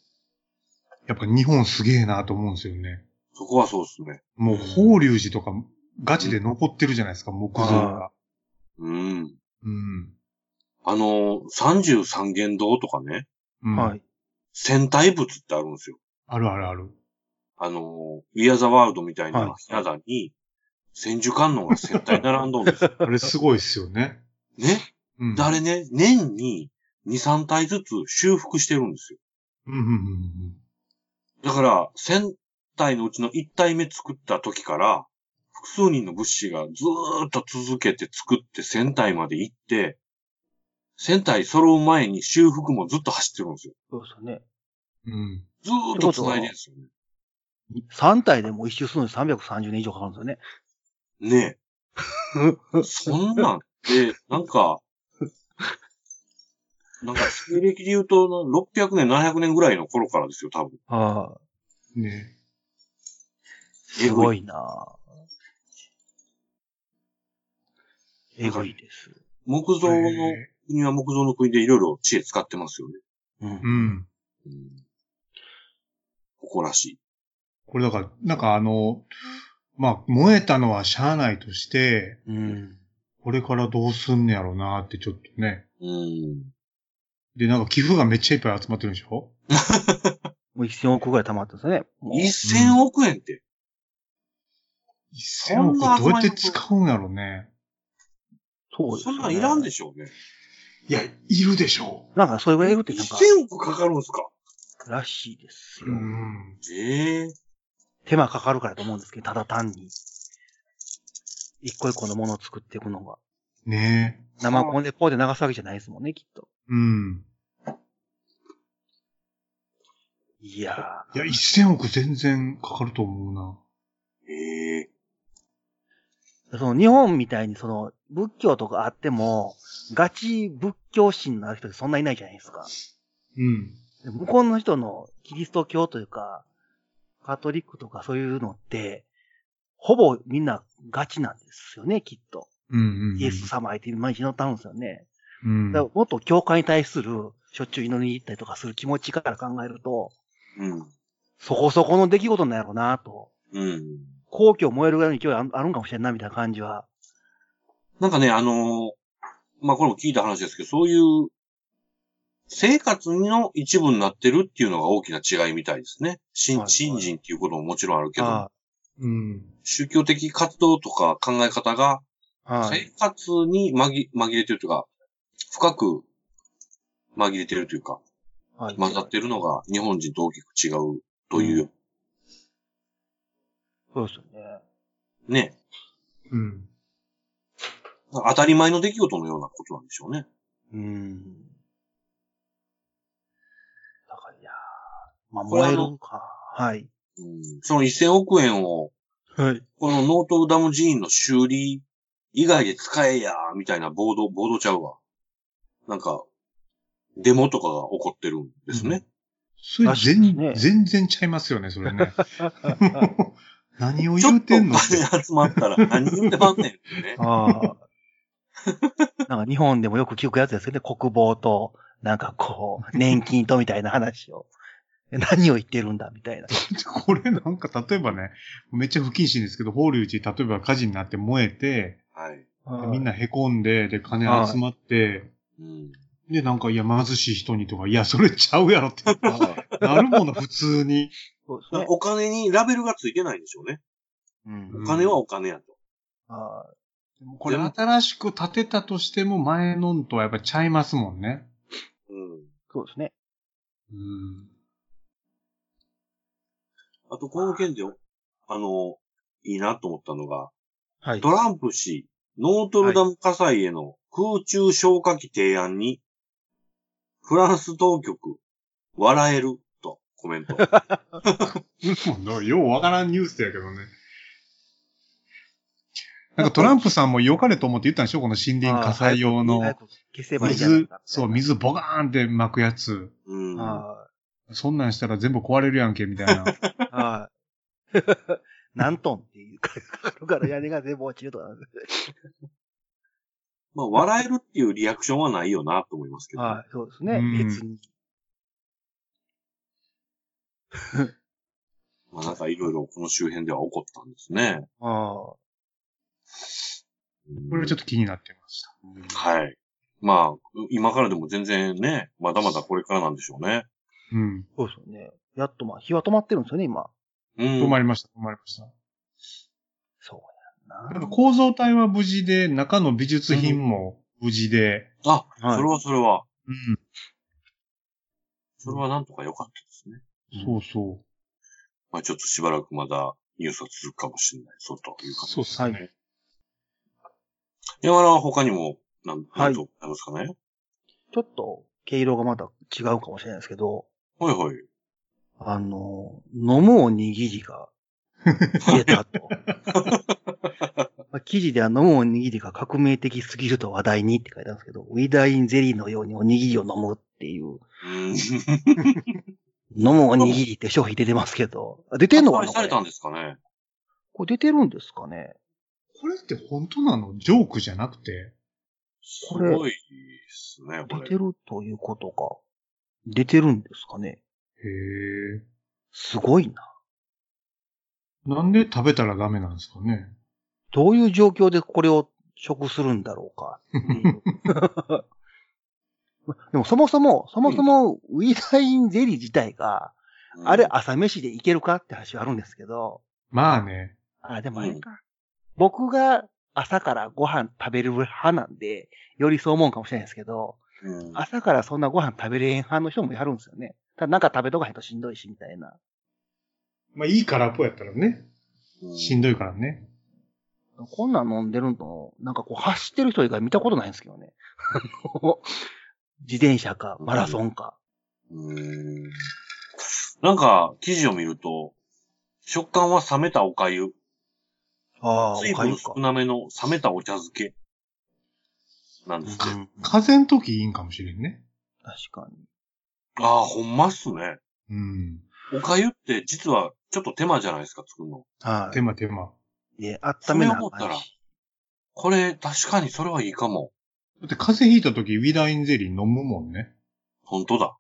Speaker 2: やっぱ日本すげえなと思うんですよね。
Speaker 1: ーそこはそうですね。
Speaker 2: もう法隆寺とかガチで残ってるじゃないですか、木造が。
Speaker 1: うん。
Speaker 2: うん。
Speaker 1: あのー、33元堂とかね、
Speaker 2: うん、
Speaker 3: はい。
Speaker 1: 戦隊物ってあるんですよ。
Speaker 2: あるあるある。
Speaker 1: あのー、We Are the World みたい
Speaker 2: はい
Speaker 1: なひな壇に、千手観音が戦隊並んどん ですよ。
Speaker 2: あれすごいっすよね。
Speaker 1: ね。
Speaker 2: うん。
Speaker 1: であれね、年に2、3体ずつ修復してるんですよ。
Speaker 2: うんうんうんうん。
Speaker 1: だから、1000体のうちの1体目作った時から、複数人の物資がずーっと続けて作って1000体まで行って、1000体揃う前に修復もずっと走ってるんですよ。
Speaker 3: そうですよね。
Speaker 2: うん。
Speaker 1: ずーっと繋いでるんですよね。
Speaker 3: 3体でも一周するのに330年以上かかるんですよね。
Speaker 1: ねえ。そんなんで、なんか、なんか、西暦で言うと、600年、700年ぐらいの頃からですよ、多分。
Speaker 3: はい。
Speaker 2: ね
Speaker 3: すごいなえぐいです。
Speaker 1: 木造の国は木造の国でいろいろ知恵使ってますよね。
Speaker 3: う。
Speaker 2: うんん。
Speaker 1: うん誇らしい。
Speaker 2: これだから、なんかあの、まあ、燃えたのはしゃあないとして、
Speaker 3: うん。
Speaker 2: これからどうすんねやろうなってちょっとね。
Speaker 1: うん。
Speaker 2: で、なんか寄付がめっちゃいっぱい集まってるんでしょ
Speaker 3: もう1000億ぐらい溜まってますね。もう
Speaker 1: 1000億円って。
Speaker 2: 1000億どうやって使うんやろうね。
Speaker 3: そうです
Speaker 1: そ
Speaker 3: よ
Speaker 1: ん
Speaker 3: ね
Speaker 1: なんいらんでしょうね。
Speaker 2: いや、いるでしょ
Speaker 3: なんか、それぐらい言うってなんか、
Speaker 1: 1000億かかるんすから
Speaker 3: しいです
Speaker 2: う。
Speaker 3: よ。
Speaker 2: ん。
Speaker 1: ええ
Speaker 3: 手間かかるからと思うんですけど、ただ単に。一個一個のものを作っていくのが。
Speaker 2: ねえ。
Speaker 3: 生コンでポーで流すわけじゃないですもんね、きっと。
Speaker 2: うん。
Speaker 3: いや
Speaker 2: いや、1000億全然かかると思うな。
Speaker 1: ええ
Speaker 3: ー。その日本みたいにその仏教とかあっても、ガチ仏教心のある人ってそんないないじゃないですか。
Speaker 2: うん。
Speaker 3: で向こうの人のキリスト教というか、カトリックとかそういうのって、ほぼみんなガチなんですよね、きっと。
Speaker 2: うんうんうん。
Speaker 3: イエス様相手に毎日乗ったんですよね。
Speaker 2: うん。
Speaker 3: だからもっと教会に対する、しょっちゅう祈りに行ったりとかする気持ちから考えると、
Speaker 1: うん。
Speaker 3: そこそこの出来事なんやろうなと。
Speaker 1: うん。
Speaker 3: 皇居燃えるぐらいの勢いあんあるんかもしれんな、みたいな感じは。
Speaker 1: なんかね、あのーまあ、これも聞いた話ですけど、そういう、生活の一部になってるっていうのが大きな違いみたいですね。
Speaker 3: はい
Speaker 1: 信
Speaker 3: はい
Speaker 1: 信心っていうことももちろんあるけど、
Speaker 3: あ
Speaker 2: うん。
Speaker 1: 宗教的活動とか考え方が、
Speaker 3: あは
Speaker 1: 生
Speaker 3: い。
Speaker 1: 活に紛紛れてるというか、深く紛れてるというか、
Speaker 3: はい。
Speaker 1: 混ざってるのが日本人と大きく違うという、
Speaker 3: そうですよね。
Speaker 1: ね、
Speaker 2: うん。
Speaker 1: 当たり前の出来事のようなことなんでしょうね。
Speaker 3: うん。だから、いやーまあ、
Speaker 1: これ
Speaker 3: 燃
Speaker 1: あ
Speaker 3: え
Speaker 1: の
Speaker 3: るんか。はい。
Speaker 1: うん、その1000億円を
Speaker 3: はい。
Speaker 1: このノートルダム寺院の修理以外で使えやーみたいなボード、ボードちゃうわ。なんか、デモとかが起こってるんですね。
Speaker 2: それ
Speaker 3: らしいですね。
Speaker 2: 全、全然ちゃいますよね、それ ね。何を
Speaker 1: ちょ
Speaker 2: 言
Speaker 1: っ
Speaker 2: う
Speaker 1: とお
Speaker 2: てんのって。
Speaker 1: 金集まった ら何言ってまんねんってね
Speaker 3: ああ。なんか日本でもよく聞くやつですよね。国防と、なんかこう、年金とみたいな話を。何を言ってるんだ、みたいな。
Speaker 2: これなんか例えばね、めっちゃ不謹慎ですけど、法隆寺、例えば火事になって燃えて、
Speaker 1: はい。
Speaker 2: でみんな凹んで、で、金
Speaker 3: はい
Speaker 2: 集まって、
Speaker 1: うん。
Speaker 2: で、なんか、いや、貧しい人にとか、いや、 それちゃうやろって、なるもの、普通に。
Speaker 3: そうですね。
Speaker 1: お金にラベルがついてないんでしょうね。
Speaker 3: うん
Speaker 1: お金はお金やと。
Speaker 3: あ
Speaker 2: これ、
Speaker 1: でも
Speaker 2: 新しく建てたとしても、前のんとはやっぱちゃいますもんね。
Speaker 1: うん。
Speaker 3: そうですね。
Speaker 2: うん。
Speaker 1: あと、この件で、あの、いいなと思ったのが、
Speaker 3: はい
Speaker 1: トランプ氏、ノートルダム火災への空中消火器提案に、フランス当局、笑える、とコメン ト。
Speaker 2: もうようわからんニュースやけどね。なんかトランプさんも良かれと思って言ったんでしょこの森林火災用の
Speaker 3: 早。く消せばいいじゃない
Speaker 2: 水
Speaker 3: か。、
Speaker 2: そう、。水ボガーンって巻くやつ。
Speaker 1: うん。
Speaker 3: は
Speaker 2: そんなんしたら全部壊れるやんけ、みたい な。
Speaker 3: い。 はい。何トンっていうか、かかるから屋根が全部落ちるとかなんで。
Speaker 1: まあ、笑えるっていうリアクションはないよな、と思いますけど。
Speaker 3: はい、そうですね
Speaker 2: う。ん
Speaker 3: 別に。
Speaker 1: まあ、なんかいろいろこの周辺では起こったんですね。
Speaker 3: あ
Speaker 1: うん
Speaker 2: これちょっと気になってました。
Speaker 1: はい。まあ、今からでも全然ね、まだまだこれからなんでしょうね。
Speaker 2: うん。
Speaker 3: そうですよね。やっとまあ、火は止まってるんですよね、今。
Speaker 1: うん。
Speaker 2: 止まりました、止まりました。
Speaker 3: そう
Speaker 2: なん
Speaker 3: や
Speaker 2: か構造体は無事で、中の美術品も無事で。
Speaker 1: あ、
Speaker 3: な。はい
Speaker 1: それはそれは、
Speaker 2: うん。
Speaker 1: それはなんとか良かったですね。
Speaker 2: そうそう。
Speaker 1: まあ、ちょっとしばらくまだニュースは続くかもしれない。そうというか。
Speaker 2: そうっすね。
Speaker 3: はい
Speaker 1: 山田は他にも、なん、
Speaker 3: はい
Speaker 1: なんとありますかね
Speaker 3: ちょっと、毛色がまた違うかもしれないですけど、
Speaker 1: はいはい。
Speaker 3: あの、飲むおにぎりが、消え たと。まあ記事では飲むおにぎりが革命的すぎると話題にって書いてあるんですけど、ウィダーインゼリーのようにおにぎりを飲むっていう、
Speaker 1: うん。
Speaker 3: 飲むおにぎりって商品出てますけど、あ出てんのか
Speaker 1: 発売され
Speaker 3: なこれ
Speaker 1: たんですかね
Speaker 3: これ出てるんですかね
Speaker 2: これって本当なのジョークじゃなくて。
Speaker 1: す
Speaker 3: これ
Speaker 1: ごいですね、こ
Speaker 3: 出
Speaker 1: れ。
Speaker 3: てるということか。出てるんですかね
Speaker 2: へえ。
Speaker 3: すごいな。
Speaker 2: なんで食べたらダメなんですかね。
Speaker 3: どういう状況でこれを食するんだろうかっていう。でもそもそも、そもそもウィダインゼリー自体が、
Speaker 1: うん
Speaker 3: あれ朝飯でいけるかって話はあるんですけど、
Speaker 2: まあね。
Speaker 3: あ、でもあれか。僕が朝からご飯食べる派なんで、よりそう思うかもしれないですけど、
Speaker 1: うん
Speaker 3: 朝からそんなご飯食べれへん派の人もやるんですよね。ただなんか食べとかへんとしんどいし、みたいな。
Speaker 2: まあいい空っぽやったらね。
Speaker 1: うん
Speaker 2: しんどいからね。
Speaker 3: こんなん飲んでるの、なんかこう走ってる人以外見たことないんですけどね。あの自転車か、マラソンか。
Speaker 1: うーんなんか、記事を見ると、食感は冷めたお粥。
Speaker 3: ああ、
Speaker 1: 水
Speaker 3: おかゆ
Speaker 1: 分
Speaker 3: か
Speaker 1: 少。なめの冷めたお茶漬け。なんですって。
Speaker 2: うん風邪の時いいんかもしれんね。
Speaker 3: 確かに。
Speaker 1: ああ、ほんまっすね。
Speaker 2: うん。
Speaker 1: お粥って実はちょっと手間じゃないですか、作るの。
Speaker 3: は
Speaker 2: 手間手間。
Speaker 3: い。で、温めな
Speaker 1: それ
Speaker 3: あか
Speaker 1: 思
Speaker 3: ん
Speaker 1: ったら
Speaker 3: し。
Speaker 1: これ、確かにそれはいいかも。
Speaker 2: だって風邪ひいた時ウィダインゼリー飲むもんね。
Speaker 1: 本当だ。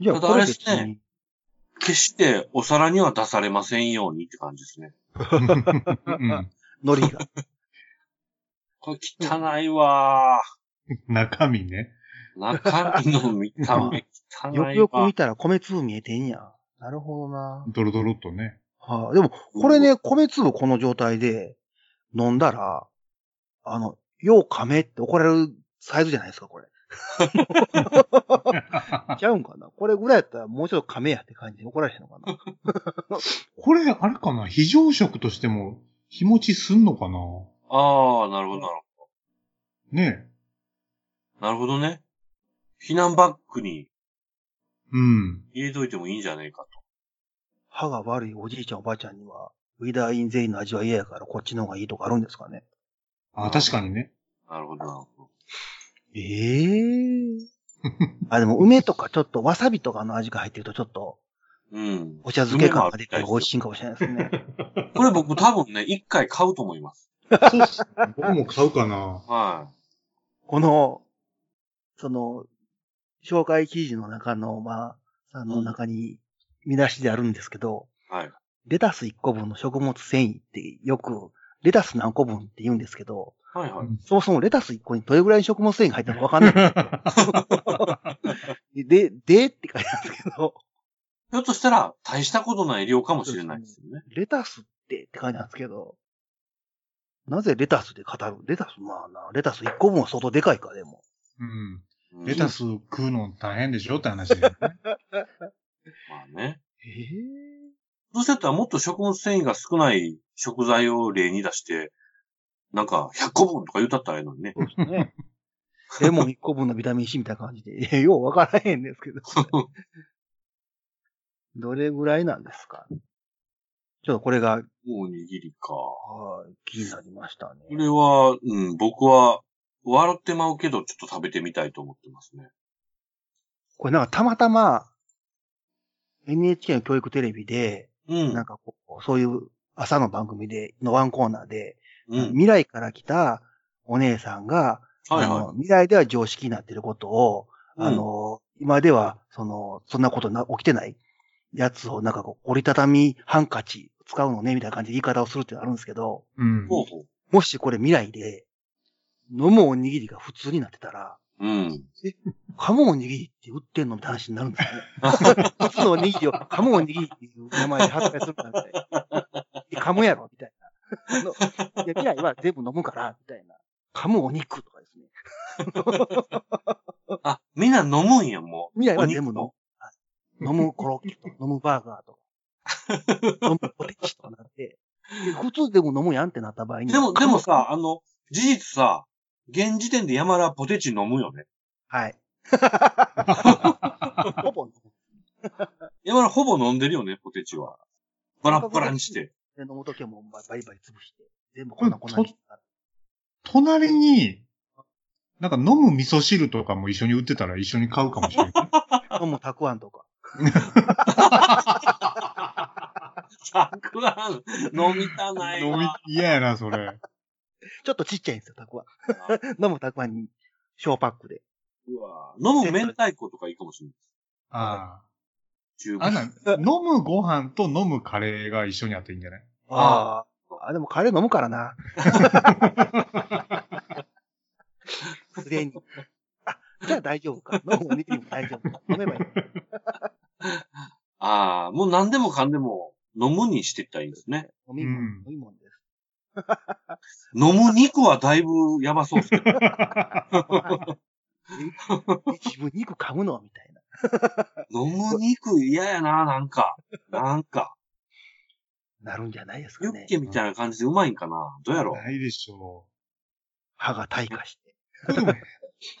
Speaker 3: じゃあ、
Speaker 1: ただ
Speaker 3: これ
Speaker 1: あれっ
Speaker 3: 別
Speaker 1: すね
Speaker 3: に。
Speaker 1: 決してお皿には出されませんようにって感じですね。
Speaker 2: うん、
Speaker 3: 海苔 が。
Speaker 1: これ汚いわ
Speaker 2: 中身ね。
Speaker 1: ー。中身の見た目汚い
Speaker 3: よ
Speaker 1: わー。
Speaker 3: くよく見たら米粒見えてんや。なるほどな。
Speaker 2: ドロドロっとね。
Speaker 3: はあ、でも、これね、米粒この状態で飲んだら、あの、よう噛めって怒られるサイズじゃないですか、これ。ちゃうんかなこれぐらいやったらもうちょっと噛めやって感じで怒られへんのかな
Speaker 2: これ、あれかな非常食としても日持ちすんのかな
Speaker 1: ああ、なるほど、なるほ
Speaker 2: ね
Speaker 1: ど。なるほどね。避難バッグに
Speaker 2: うん。
Speaker 1: 入れといてもいいんじゃねえか
Speaker 3: 歯が悪いおじいちゃんおばあちゃんには、ウィダーインゼリーの味は嫌やからこっちの方がいいとかあるんですかね
Speaker 2: あ、確かにね。
Speaker 1: と。なるほど、なるほど。
Speaker 3: ええあ、でも梅とかちょっとわさびとかの味が入ってるとちょっと
Speaker 1: うん。
Speaker 3: お茶漬け感が出て美味しいんかもしれないですね。
Speaker 1: これ僕多分ね、一回買うと思います。
Speaker 2: そうっす僕も買うかな
Speaker 1: は
Speaker 3: この、その、紹介記事の中の、まあ、あの
Speaker 1: うん
Speaker 3: 中に見出しであるんですけど、
Speaker 1: い。はい。
Speaker 3: レタス1個分の食物繊維ってよく、レタス何個分って言うんですけど、
Speaker 1: はいはい。
Speaker 3: そもそもレタス1個にどれぐらいの食物繊維が入ったのかわかんな い。で、でって書いてあるんですけど、
Speaker 1: ひょっとしたら、大したことない量かもしれないですよね。
Speaker 3: レタスってって書いてあるんですけど、なぜレタスで語るレタス、まあな、レタス1個分は相当でかいか、でも。
Speaker 2: うん。
Speaker 1: うん
Speaker 2: レタ。ス食うの大変でしょって話だよね。
Speaker 1: まあね。
Speaker 3: え
Speaker 1: どうせやったらもっと食物繊維が少ない食材を例に出して、なんか100個分とか言うたったらええのにね。
Speaker 3: そうです ね。レモン1個分のビタミン C みたいな感じで、 えようわからへんですけど。 どれぐらいなんですかちょっとこれが、
Speaker 1: おにぎりか。こ
Speaker 3: はい気になりましたね。
Speaker 1: れは、うん、僕は、笑ってまうけど、ちょっと食べてみたいと思ってますね。
Speaker 3: これなんかたまたま、NHK の教育テレビで、
Speaker 1: うん。
Speaker 3: なんかこう、そういう朝の番組で、のワンコーナーで、
Speaker 1: うん。
Speaker 3: 未来から来たお姉さんが、
Speaker 1: はい
Speaker 3: あ
Speaker 1: は
Speaker 3: の未来では常識になっていることを、
Speaker 1: うん
Speaker 3: あの、今では、その、そんなことな起きてないやつを、なんかこう、折りたたみハンカチ使うのね、みたいな感じで言い方をするっていうのあるんですけど、
Speaker 2: うん
Speaker 1: い。。ほうほ
Speaker 3: もしこれ未来で、飲むおにぎりが普通になってたら、
Speaker 1: う。うん。
Speaker 3: 噛むおにぎりって売ってんのって話になるんですよね。 普通のおにぎりを噛むおにぎりっていう名前で発売するなんて。え噛むやろみたいな。あのいや未来は全部飲むから、みたいな。噛むお肉とかですね。
Speaker 1: あ、みんな飲むんや、も
Speaker 3: 未来は全部飲む
Speaker 1: お肉。
Speaker 3: 飲むコロッケとか、飲むバーガーとか、飲むポテチとかなって、で普通でも飲むやんってなった場合
Speaker 1: う。
Speaker 3: に。
Speaker 1: でも、でもさ、あの、事実さ、現時点で山田はポテチ飲むよね。
Speaker 3: はい。ほぼ飲む。
Speaker 1: 山田ほぼ飲んでるよね、ポテチは。バラッバラにして。
Speaker 3: で飲むときはもうバリバリ潰して、全部粉粉にしてから。
Speaker 2: 隣に、なんか飲む味噌汁とかも一緒に売ってたら一緒に買うかもしれない。
Speaker 3: 飲むたくあんとか。
Speaker 1: たく あん、飲みたないわ。
Speaker 2: 飲み、嫌やな、そ れ。
Speaker 3: ちょっとちっちゃいんですよ、たくあん。飲むたくあんに、小パックで。
Speaker 1: うわ飲む明太子とかいいかもしれない。
Speaker 2: ああ。
Speaker 1: 十
Speaker 2: あ
Speaker 1: 分。
Speaker 2: なん、飲むご飯と飲むカレーが一緒にあっていいんじゃない
Speaker 3: ああ。あ、でもカレー飲むからな。すでに。あ、じゃあ大丈夫か。飲むおにぎりも大丈夫か。飲めばいい。
Speaker 1: ああ、もう何でもかんでも飲むにしていったらいいんですね。
Speaker 3: 飲み物、
Speaker 2: うん
Speaker 3: 飲み物です。
Speaker 1: 飲む肉はだいぶやばそうですけど。
Speaker 3: え自分肉噛むのみたいな。
Speaker 1: 飲む肉嫌やな、なんか。なんか。
Speaker 3: なるんじゃないです
Speaker 1: ユ
Speaker 3: かね
Speaker 1: ッ。ケみたいな感じでうまいんかな。どうやろう。
Speaker 2: ないでしょ
Speaker 3: 歯が退化して。
Speaker 2: う。でも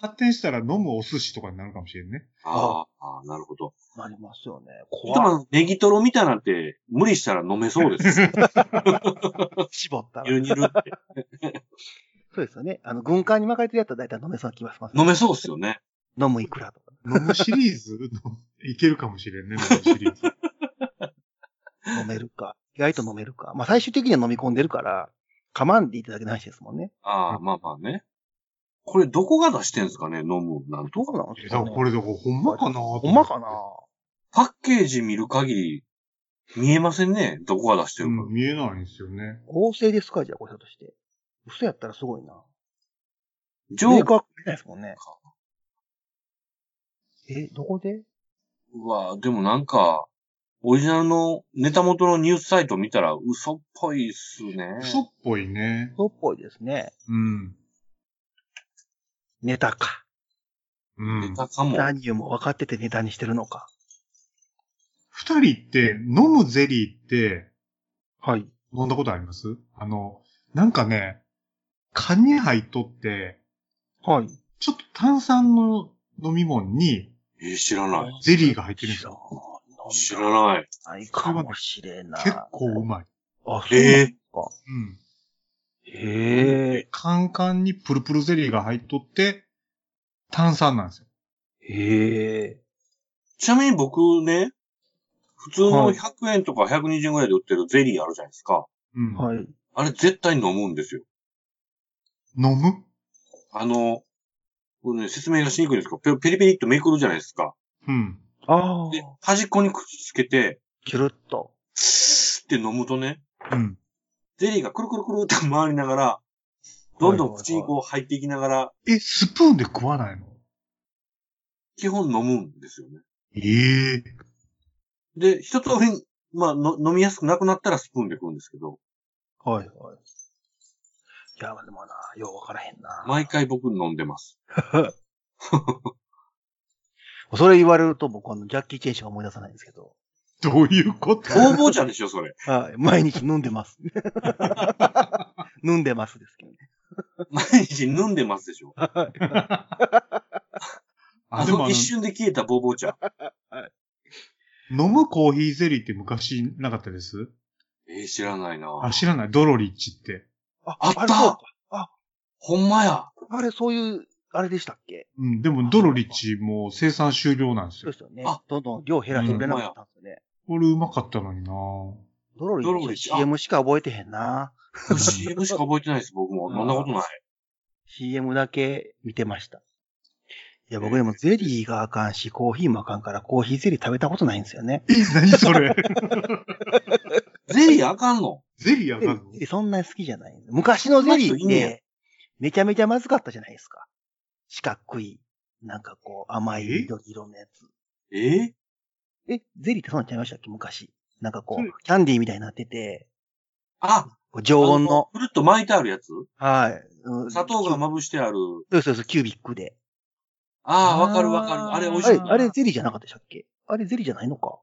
Speaker 2: 発展したら飲むお寿司とかになるかもしれんね。
Speaker 1: あーあー、なるほど。
Speaker 3: なりますよね。
Speaker 1: で
Speaker 3: 怖い。
Speaker 1: も、ネギトロみたいなんて、無理したら飲めそうです。
Speaker 3: 絞ったら。
Speaker 1: ゆるにるって。
Speaker 3: そうですよね。あの、軍艦に巻かれてるやつは大体飲めそうな気がします、
Speaker 1: 飲めそうっすよね。
Speaker 3: 飲むいくらとか。
Speaker 2: 飲むシリーズ いけるかもしれんね、飲むシリーズ。
Speaker 3: 飲めるか。意外と飲めるか。まあ最終的には飲み込んでるから、噛まんでいただけないしですもんね。
Speaker 1: ああ、まあまあね。これ、どこが出してんすかね飲む、なん
Speaker 3: ど
Speaker 1: と
Speaker 3: う
Speaker 1: か。
Speaker 3: なの
Speaker 2: えだからこれだからほんまかなほ
Speaker 3: ほんまかな
Speaker 1: パッケージ見る限り、見えませんね。どこが出して
Speaker 2: う
Speaker 1: るか。
Speaker 2: ん、見えないんですよね。
Speaker 3: 合成ですかじゃあ、これひょっとして。嘘やったらすごいな。
Speaker 1: ジョ
Speaker 3: メー
Speaker 1: ーカ
Speaker 3: カー見ないですもんね。え、どこで
Speaker 1: ーは、でもなんか、オリジナルのネタ元のニュースサイト見たら嘘っぽいっすね。
Speaker 2: 嘘っぽいね。
Speaker 3: そうっぽいですね。
Speaker 2: うん。
Speaker 3: ネタか。
Speaker 2: う
Speaker 1: ネ
Speaker 2: ん。
Speaker 1: タかも。
Speaker 3: 何をも分かっててネタにしてるのか。
Speaker 2: 二人って飲むゼリーって
Speaker 3: はい。
Speaker 2: 飲んだことありますあの、なんかね、缶に入っとって、
Speaker 3: はい。
Speaker 2: ちょっと炭酸の飲み物に
Speaker 1: えー知らない。
Speaker 2: ゼリーが入ってるんです
Speaker 3: 知ら
Speaker 2: よ。
Speaker 1: 知らない。
Speaker 3: ないかもしれない。
Speaker 2: 結構うまい。
Speaker 3: あ、そうなん
Speaker 1: え
Speaker 3: か。
Speaker 2: うん。
Speaker 3: へえ。
Speaker 2: カンカンにプルプルゼリーが入っとって、炭酸なんですよ。
Speaker 3: へえ。
Speaker 1: ちなみに僕ね、普通の
Speaker 3: はい
Speaker 1: 100円とか120円ぐらいで売ってるゼリーあるじゃないですか。
Speaker 2: うん。
Speaker 3: はい。
Speaker 1: あれ絶対飲むんですよ。
Speaker 2: 飲む
Speaker 1: あの、これね、説明がしにくいんですけど、ペペリペリっとめくるじゃないですか。
Speaker 2: うん。
Speaker 3: ああ。
Speaker 1: で、端っこに口つけて、
Speaker 3: キュルッと。
Speaker 1: スーって飲むとね、
Speaker 2: うん。
Speaker 1: ゼリーがくるくるくるって回りながら、どんどん口にこう入っていきながら、
Speaker 2: え、スプーンで食わないの
Speaker 1: 基本飲むんですよね。
Speaker 2: ええ
Speaker 1: で、一通り、まあの、飲みやすくなくなったらスプーンで食うんですけど、
Speaker 3: はいはい。いや、でもな、よう分からへんな。
Speaker 1: 毎回僕飲んでます。
Speaker 3: それ言われると僕あの、ジャッキー・チェンしか思い出さないんですけど。
Speaker 2: どういうこと
Speaker 1: 工房茶でしょ、それ。
Speaker 3: はい。毎日飲んでます。 飲んでますですけどね。
Speaker 1: 毎日飲んでますでしょ。あ
Speaker 2: あ、でも
Speaker 1: の
Speaker 2: あ
Speaker 1: 一瞬で消えたボーボー茶。
Speaker 2: の、飲むコーヒーゼリーって昔なかったです
Speaker 1: えー、知らないな
Speaker 2: あ、知らない。ドロリッチって。
Speaker 3: あ
Speaker 1: あった
Speaker 3: れそうか
Speaker 1: ほんまや。
Speaker 3: あれ、そういう、あれでしたっけ
Speaker 2: うん。でも、ドロリッチもう生産終了なんです
Speaker 3: そ
Speaker 2: よ
Speaker 3: うで。すよね
Speaker 1: あ。
Speaker 3: どんどん量減らしてくれなかったんですよね。
Speaker 2: これうまかったのにな
Speaker 3: ドロリ
Speaker 1: ドロリ
Speaker 3: ー
Speaker 1: ー
Speaker 3: の
Speaker 1: ちゃん
Speaker 3: CM しか覚えてへんな。
Speaker 1: もう CM しか覚えてないです、僕も。
Speaker 3: うん
Speaker 1: 飲んだことない。
Speaker 3: CM だけ見てました。いや、僕でもゼリーがあかんし、コーヒーもあかんから、コーヒーゼリー食べたことないんですよね。
Speaker 2: え、何そ れ
Speaker 1: ゼリーあかんの
Speaker 2: ゼリーあ
Speaker 3: ゼ
Speaker 2: か
Speaker 3: リ
Speaker 2: んの
Speaker 3: ーそんなに好きじゃない。昔のゼ
Speaker 1: う
Speaker 3: リ
Speaker 1: まい人
Speaker 3: ーっ
Speaker 1: いんねや
Speaker 3: て、めちゃめちゃまずかったじゃないですか。四角い、なんかこう、甘い
Speaker 2: え
Speaker 3: 緑色のやつ。
Speaker 1: えー
Speaker 3: え、ゼリーってそんなんちゃいましたっけ昔。なんかこ
Speaker 2: そう
Speaker 3: う、キャンディーみたいになってて、
Speaker 1: あ、
Speaker 3: こう常温の、
Speaker 1: くるっと巻いてあるやつ
Speaker 3: はい。うん
Speaker 1: 砂糖がまぶしてある。
Speaker 3: そうそうそう、キュービックで。
Speaker 1: ああ、
Speaker 2: あー
Speaker 1: わかるわかる。あれ美味し
Speaker 3: あ
Speaker 1: い
Speaker 3: れ、。あれゼリーじゃなかったでしたっけあれゼリーじゃないのか。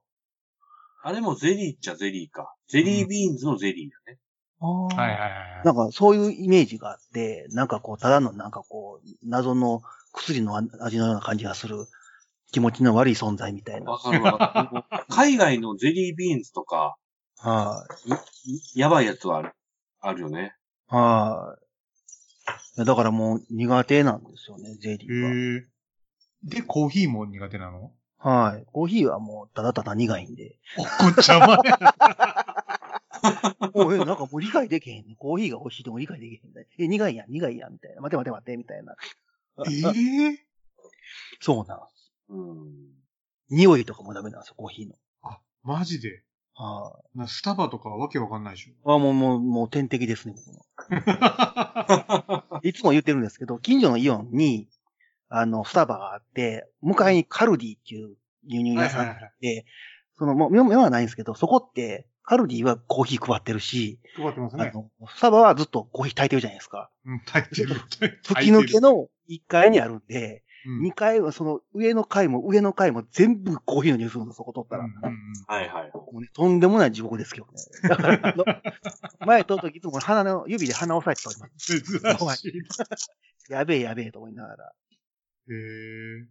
Speaker 1: あれもゼリーっちゃゼリーか。ゼリービーンズのゼリーだね。
Speaker 3: ああ。
Speaker 2: はいはいはい
Speaker 3: なんかそういうイメージがあって、なんかこう、ただのなんかこう、謎の薬の味のような感じがする気持ちの悪い存在みたいな。
Speaker 1: わかるわかる。海外のゼリービーンズとか、
Speaker 3: はい。
Speaker 1: やばいやつはあるあるよね。
Speaker 3: はいいや。だからもう苦手なんですよね、ゼリ
Speaker 2: へ
Speaker 3: ー
Speaker 2: えで、コーヒーも苦手なの
Speaker 3: は。はい。コーヒーはもうただただ苦いんで。
Speaker 2: おこちゃま や。
Speaker 3: もうえ、なんかもう理解できへんね。コーヒーが美味しいでも理解できへんね。え、苦いやん、苦いやん、みたいな。待て待て待て、みたいな。
Speaker 2: ええ
Speaker 3: そうなん。
Speaker 1: うん。
Speaker 3: 匂いとかもダメなんですよ、コーヒーの。
Speaker 2: あ、マジで。
Speaker 3: あ
Speaker 2: なスタバとかはわけわかんないでしょ。
Speaker 3: あ、もう、もう、もう天敵ですね、僕の。いつも言ってるんですけど、近所のイオンに、あの、スタバがあって、向かいにカルディっていう牛乳
Speaker 2: はい
Speaker 3: 屋さ
Speaker 2: はい
Speaker 3: んがあ
Speaker 2: は
Speaker 3: っ
Speaker 2: い。
Speaker 3: て、その、もう、目はないんですけど、そこって、カルディはコーヒー配ってるし、
Speaker 2: 配ってます
Speaker 3: あ
Speaker 2: ね。
Speaker 3: の、スタバはずっとコーヒー炊いてるじゃないですか。
Speaker 2: うん、炊いてる。
Speaker 3: 吹き抜けの1階にあるんで、
Speaker 2: うん、
Speaker 3: 2階はその上の階も上の階も全部コーヒーの匂いするんです、そこ取ったら。
Speaker 2: うんうんうん
Speaker 1: はいはい。
Speaker 3: もうね、とんでもない地獄ですけどね。だから、あの、前通るときいつも鼻の、指で鼻を押さえて通りま
Speaker 2: 珍しい。
Speaker 3: 怖いす。やべえやべえと思いながら。
Speaker 2: へー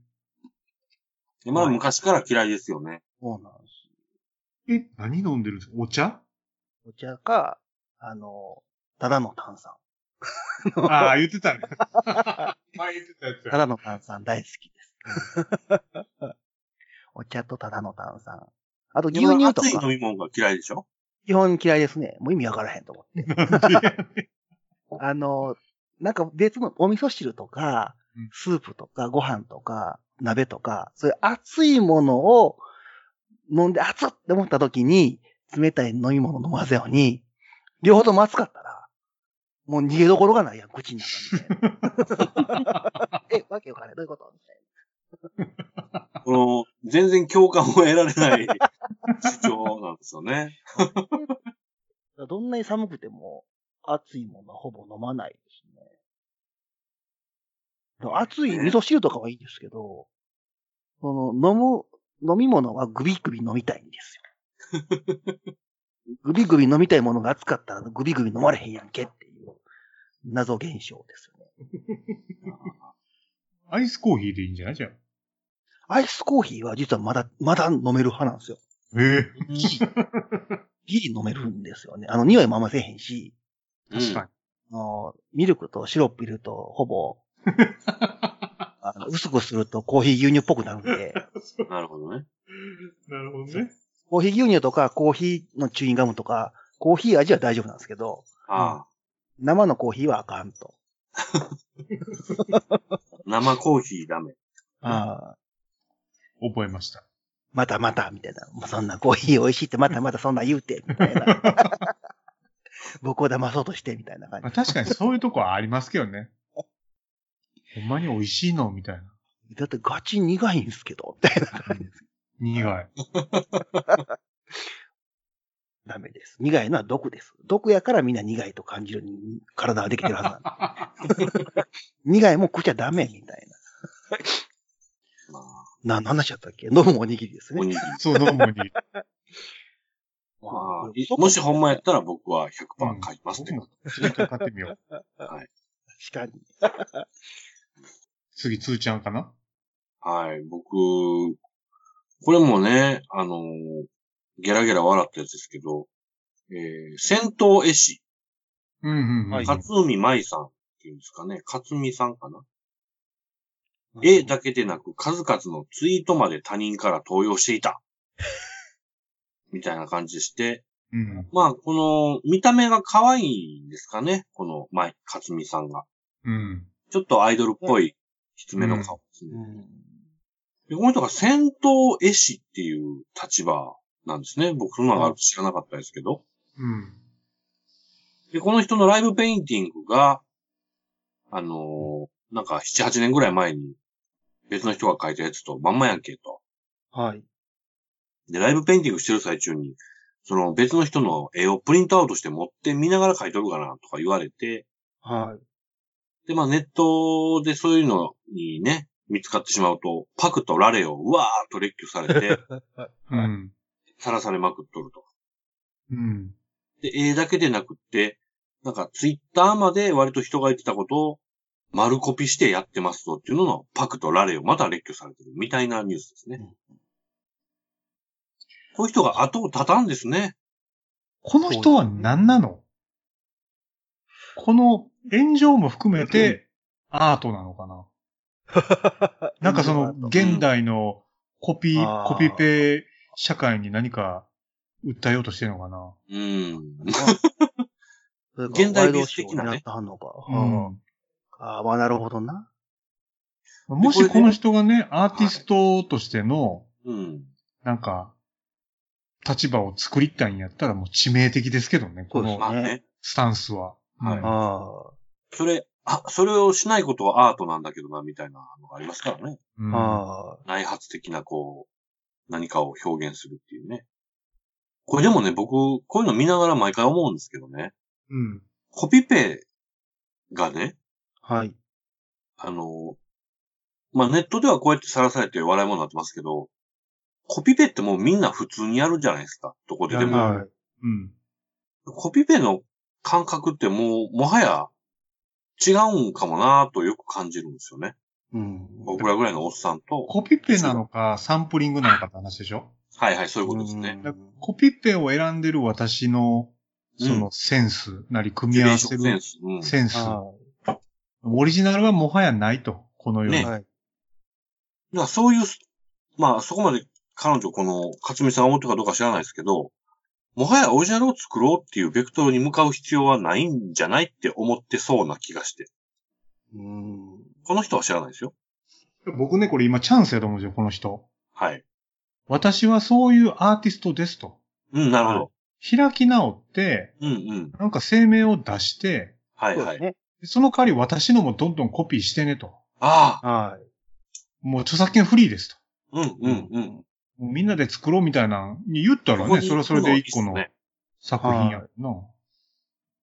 Speaker 1: まあ昔から嫌いですよね。
Speaker 3: そうなんです。
Speaker 2: え、何飲んでるんですかお 茶
Speaker 3: お茶か、あの、ただの炭酸。
Speaker 2: ああ、言ってた ね。あ言ってたやつ
Speaker 3: た
Speaker 2: や。
Speaker 3: だの炭酸大好きです。 お茶とただの炭酸。あと牛乳と
Speaker 1: 熱い飲
Speaker 3: か、
Speaker 1: み物が嫌いでしょ
Speaker 3: 基本嫌いですね。もう意味わからへんと思って。
Speaker 2: なんで
Speaker 3: あの、なんか別のお味噌汁とか
Speaker 2: うん、
Speaker 3: スープとか、ご飯とか、鍋とか、そういう熱いものを飲んで熱っって思った時に、冷たい飲み物飲ませように、両方とも熱かったら、もう逃げどころがないやん、口の中みたいな。 え、わけわかんない。どういうことみたい
Speaker 1: この、全然共感を得られ ない主張なんですよね。
Speaker 3: な。どんなに寒くても、熱いものはほぼ飲まないですね。でも熱い味噌汁とかはいいですけど、その、飲む、飲み物はグビグビ飲みたいんですよ。グビグビ飲みたいものが熱かったらグビグビ飲まれへんやんけっていう謎現象ですよね。
Speaker 2: アイスコーヒーでいいんじゃないじゃん。
Speaker 3: アイスコーヒーは実はまだ、まだ飲める派なんですよ。
Speaker 2: え
Speaker 3: ギリ飲めるんですよね。あの、匂いもあんませえへんし、
Speaker 2: え確か
Speaker 3: あのミルクとシロップ入れるとほぼ、あの薄くするとコーヒー牛乳っぽくなるんで、
Speaker 1: に。なるほどね。
Speaker 2: に。なるほどね。
Speaker 3: コーヒー牛乳とかコーヒーのチューインガムとか、コーヒー味は大丈夫なんですけど、
Speaker 1: ああ、
Speaker 3: 生のコーヒーはあかんと。
Speaker 1: 生コーヒーダメ。
Speaker 3: ああ、
Speaker 2: 覚えました。
Speaker 3: またまた、みたいな。もうそんなコーヒー美味しいって、またまたそんな言うて、みたいな。 僕を騙そうとして、みたいな感
Speaker 2: まあ、確かにそういうとこはありますけどね。ほんまに美味しいのみたいな。
Speaker 3: じ。だってガチ苦いんすけど、みたいな。
Speaker 2: 苦い。
Speaker 3: ダメです。苦いのは毒です。毒やからみんな苦いと感じるように体ができてるはずなんで 苦いもん食っちゃダメ、みたい
Speaker 1: まあ、
Speaker 3: な。何の話だったっけ飲むおにぎりです
Speaker 1: おに
Speaker 3: ね。
Speaker 1: ぎり。
Speaker 2: そう、飲む に。
Speaker 1: まあ
Speaker 3: これ、
Speaker 1: もしほんまやったら僕は100%買います
Speaker 2: 僕
Speaker 1: ね
Speaker 2: も。ちょっと買ってみよう。
Speaker 3: 確かに。
Speaker 2: 次、つーちゃんかな
Speaker 1: はい、僕、これもね、あのーゲラゲラ笑ったやつですけど、えー、戦闘絵師、
Speaker 2: うんうんうん。
Speaker 3: はい
Speaker 1: 勝海舞さんっていうんですかね、勝海さんかな。絵だけでなく数々のツイートまで他人から投与していた。 みたいな感じでして、
Speaker 2: うん。
Speaker 1: まあ、この、見た目が可愛いんですかね、この、舞、勝美さんが。
Speaker 2: うん。
Speaker 1: ちょっとアイドルっぽい、きつめの顔ですね。
Speaker 3: うん。
Speaker 1: で、この人が戦闘絵師っていう立場なんですね。僕そんなのがあると知らなかったですけど。
Speaker 2: うん。
Speaker 1: で、この人のライブペインティングが、あのーなんか7、8年ぐらい前に別の人が描いたやつとまんまやんけと。
Speaker 3: はい。
Speaker 1: で、ライブペインティングしてる最中に、その別の人の絵をプリントアウトして持って見ながら描いとるかなとか言われて、
Speaker 3: はい。
Speaker 1: で、まあネットでそういうのにね、見つかってしまうと、パクとラレをうわーっと列挙されて、
Speaker 2: うん。
Speaker 1: さらされまくっとると。
Speaker 2: うん。
Speaker 1: で、絵だけでなくって、なんかツイッターまで割と人が言ってたことを丸コピしてやってますぞっていうののパクとラレをまた列挙されてるみたいなニュースですね。こういう人が後を絶たんですね。
Speaker 2: この人は何なのこの炎上も含めてアートなのかななんかその現代のコピー、
Speaker 3: あー
Speaker 2: コピペ社会に何か訴えようとしてるのかな
Speaker 1: うん。現
Speaker 3: 現代
Speaker 1: 代
Speaker 3: 美
Speaker 1: 美術
Speaker 3: 術的
Speaker 1: 的
Speaker 3: な
Speaker 1: なね
Speaker 3: ね。ったはんのか。
Speaker 2: うん
Speaker 3: ああ、まあなるほどな。
Speaker 2: もしこの人がね、アーティストとしての
Speaker 1: うん。
Speaker 2: なんか、立場を作りたいんやったらもう致命的ですけどね、こ
Speaker 3: そう
Speaker 2: の
Speaker 3: です
Speaker 1: まあね。
Speaker 2: スタンスは。
Speaker 1: はい
Speaker 2: うん
Speaker 3: あ
Speaker 1: それ、あ、それをしないことはアートなんだけどな、みたいなのがありますからね。
Speaker 2: うん
Speaker 3: あ、ああ、
Speaker 1: 内発的な、こう、何かを表現するっていうね。これでもね、僕、こういうの見ながら毎回思うんですけどね。
Speaker 2: うん。
Speaker 1: コピペがね、
Speaker 3: はい。
Speaker 1: あの、まあ、ネットではこうやってさらされて笑い物になってますけど、コピペってもうみんな普通にやるじゃないですか。どこでで
Speaker 2: やる
Speaker 1: も。
Speaker 3: はい。
Speaker 2: うん。
Speaker 1: コピペの感覚ってもう、もはや違うんかもなぁとよく感じるんですよね。
Speaker 3: うん。
Speaker 1: 僕らぐらいのおっさんと。
Speaker 2: コピペなのか、サンプリングなのかって話でしょ
Speaker 1: はいはい、そういうことですね。
Speaker 2: だコピペを選んでる私の、
Speaker 1: うん
Speaker 2: そのセンスなり組
Speaker 1: ジ
Speaker 2: み
Speaker 1: ュ
Speaker 2: 合
Speaker 1: レー
Speaker 2: わ
Speaker 1: シ
Speaker 2: せ
Speaker 1: ョンセン
Speaker 2: る
Speaker 1: ス。うん。
Speaker 2: センス。
Speaker 3: は
Speaker 2: オリジナルはもはやないと、この世
Speaker 3: い。
Speaker 2: に。
Speaker 1: ね
Speaker 3: は
Speaker 1: だ
Speaker 3: い。
Speaker 1: からそういう、まあそこまで彼女この、勝美さんが思ったかどうか知らないですけど、もはやオリジナルを作ろうっていうベクトルに向かう必要はないんじゃないって思ってそうな気がして。
Speaker 3: うん。
Speaker 1: この人は知らないですよ。
Speaker 2: 僕ね、これ今チャンスやと思うんですよ、この人。
Speaker 1: はい。
Speaker 2: 私はそういうアーティストですと。
Speaker 1: うん、なるほど。
Speaker 2: 開き直って、
Speaker 1: うんうん。
Speaker 2: なんか声明を出して、
Speaker 1: はい
Speaker 3: そう
Speaker 1: は
Speaker 3: で
Speaker 1: い。
Speaker 3: すね。
Speaker 2: その代わり私のもどんどんコピーしてねと。
Speaker 1: ああ、
Speaker 3: はい。
Speaker 2: もう著作権フリーですと。
Speaker 1: うんうんうん。
Speaker 2: もうみんなで作ろうみたいなのに言ったら
Speaker 1: ここ
Speaker 2: ね、
Speaker 1: に
Speaker 2: それはそれで一個の
Speaker 1: 行くのはいいっすね
Speaker 2: 作品やな。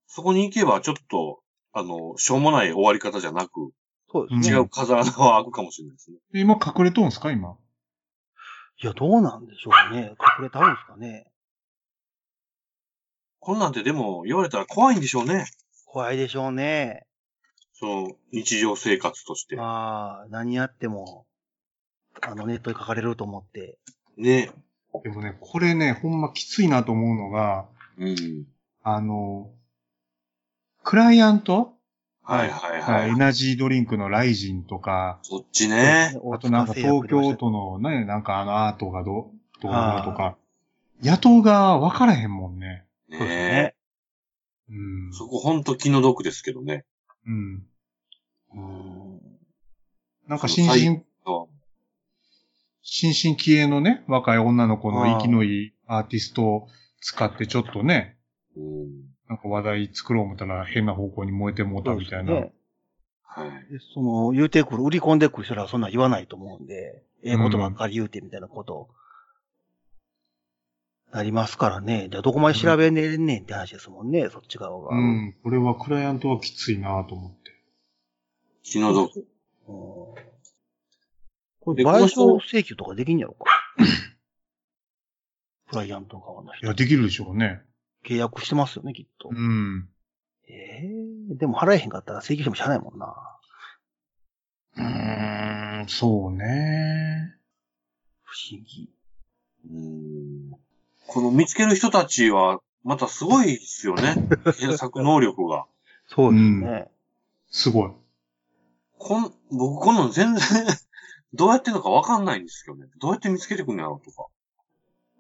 Speaker 1: そこに行けばちょっと、あの、しょうもない終わり方じゃなく、
Speaker 3: そうです
Speaker 2: ん
Speaker 3: ね。
Speaker 1: 違う風穴は開くかもしれないですね。
Speaker 2: で今隠れとんすか今。
Speaker 3: いや、どうなんでしょうね。隠れたんですかね。
Speaker 1: こんなんてでも言われたら怖いんでしょうね。
Speaker 3: 怖いでしょうね。
Speaker 1: その日常生活として。
Speaker 3: まあ、何やっても、あの、ネットで書かれると思って。
Speaker 1: ね。
Speaker 2: でもね、これね、ほんまきついなと思うのが、
Speaker 1: うん。
Speaker 2: あの、クライアント、
Speaker 1: はいはい
Speaker 2: は、
Speaker 1: はい
Speaker 2: エ
Speaker 1: い。
Speaker 2: ナジードリンクのライジンとか、
Speaker 1: そっちね。
Speaker 2: あとなんか東京
Speaker 3: と。
Speaker 2: 都の、ね、なんかあのアートがどう、どうなとか、野党が分からへんもんね。
Speaker 1: ね
Speaker 3: そうですね。
Speaker 2: うん。
Speaker 1: そこほんと気の毒ですけどね。
Speaker 2: うん。
Speaker 3: うん。
Speaker 2: なんか
Speaker 1: その
Speaker 2: 新進、
Speaker 1: そ
Speaker 2: 新進気鋭のね、若い女の子の息のいいアーティストを使ってちょっとね、
Speaker 1: ううん。
Speaker 2: なんか話題作ろう思ったら変な方向に燃えてもうたみたいな。
Speaker 3: そうですね
Speaker 1: はい。
Speaker 3: でその、言うてくる、売り込んでくる人らはそんなん言わないと思うんで、ええことばっかり言うてみたいなこと、なりますからね。じゃあどこまで調べねえんねんって話ですもんね、そっち側は。
Speaker 2: う。ん。これはクライアントはきついなと思って。
Speaker 1: 気の毒。
Speaker 3: こ
Speaker 1: で
Speaker 3: れ、賠
Speaker 1: この
Speaker 3: 償
Speaker 1: 人
Speaker 3: 請求とかできん やろか。クライアント側の
Speaker 2: い
Speaker 3: 人。
Speaker 2: や、できるでしょうね。
Speaker 3: 契約してますよね、きっと。
Speaker 2: うん。
Speaker 3: ええでも払えへんかったら請求してもしゃあないもんな。
Speaker 2: うーん、そうね。
Speaker 3: 不思議。
Speaker 1: うん。この見つける人たちは、またすごいですよね。検索能力が。
Speaker 3: そう
Speaker 2: ですね
Speaker 3: ね。
Speaker 2: すごい。
Speaker 1: こん、僕こんなの全然、 どうやってんのかわかんないんですけどね。どうやって見つけてくるんやろうとか。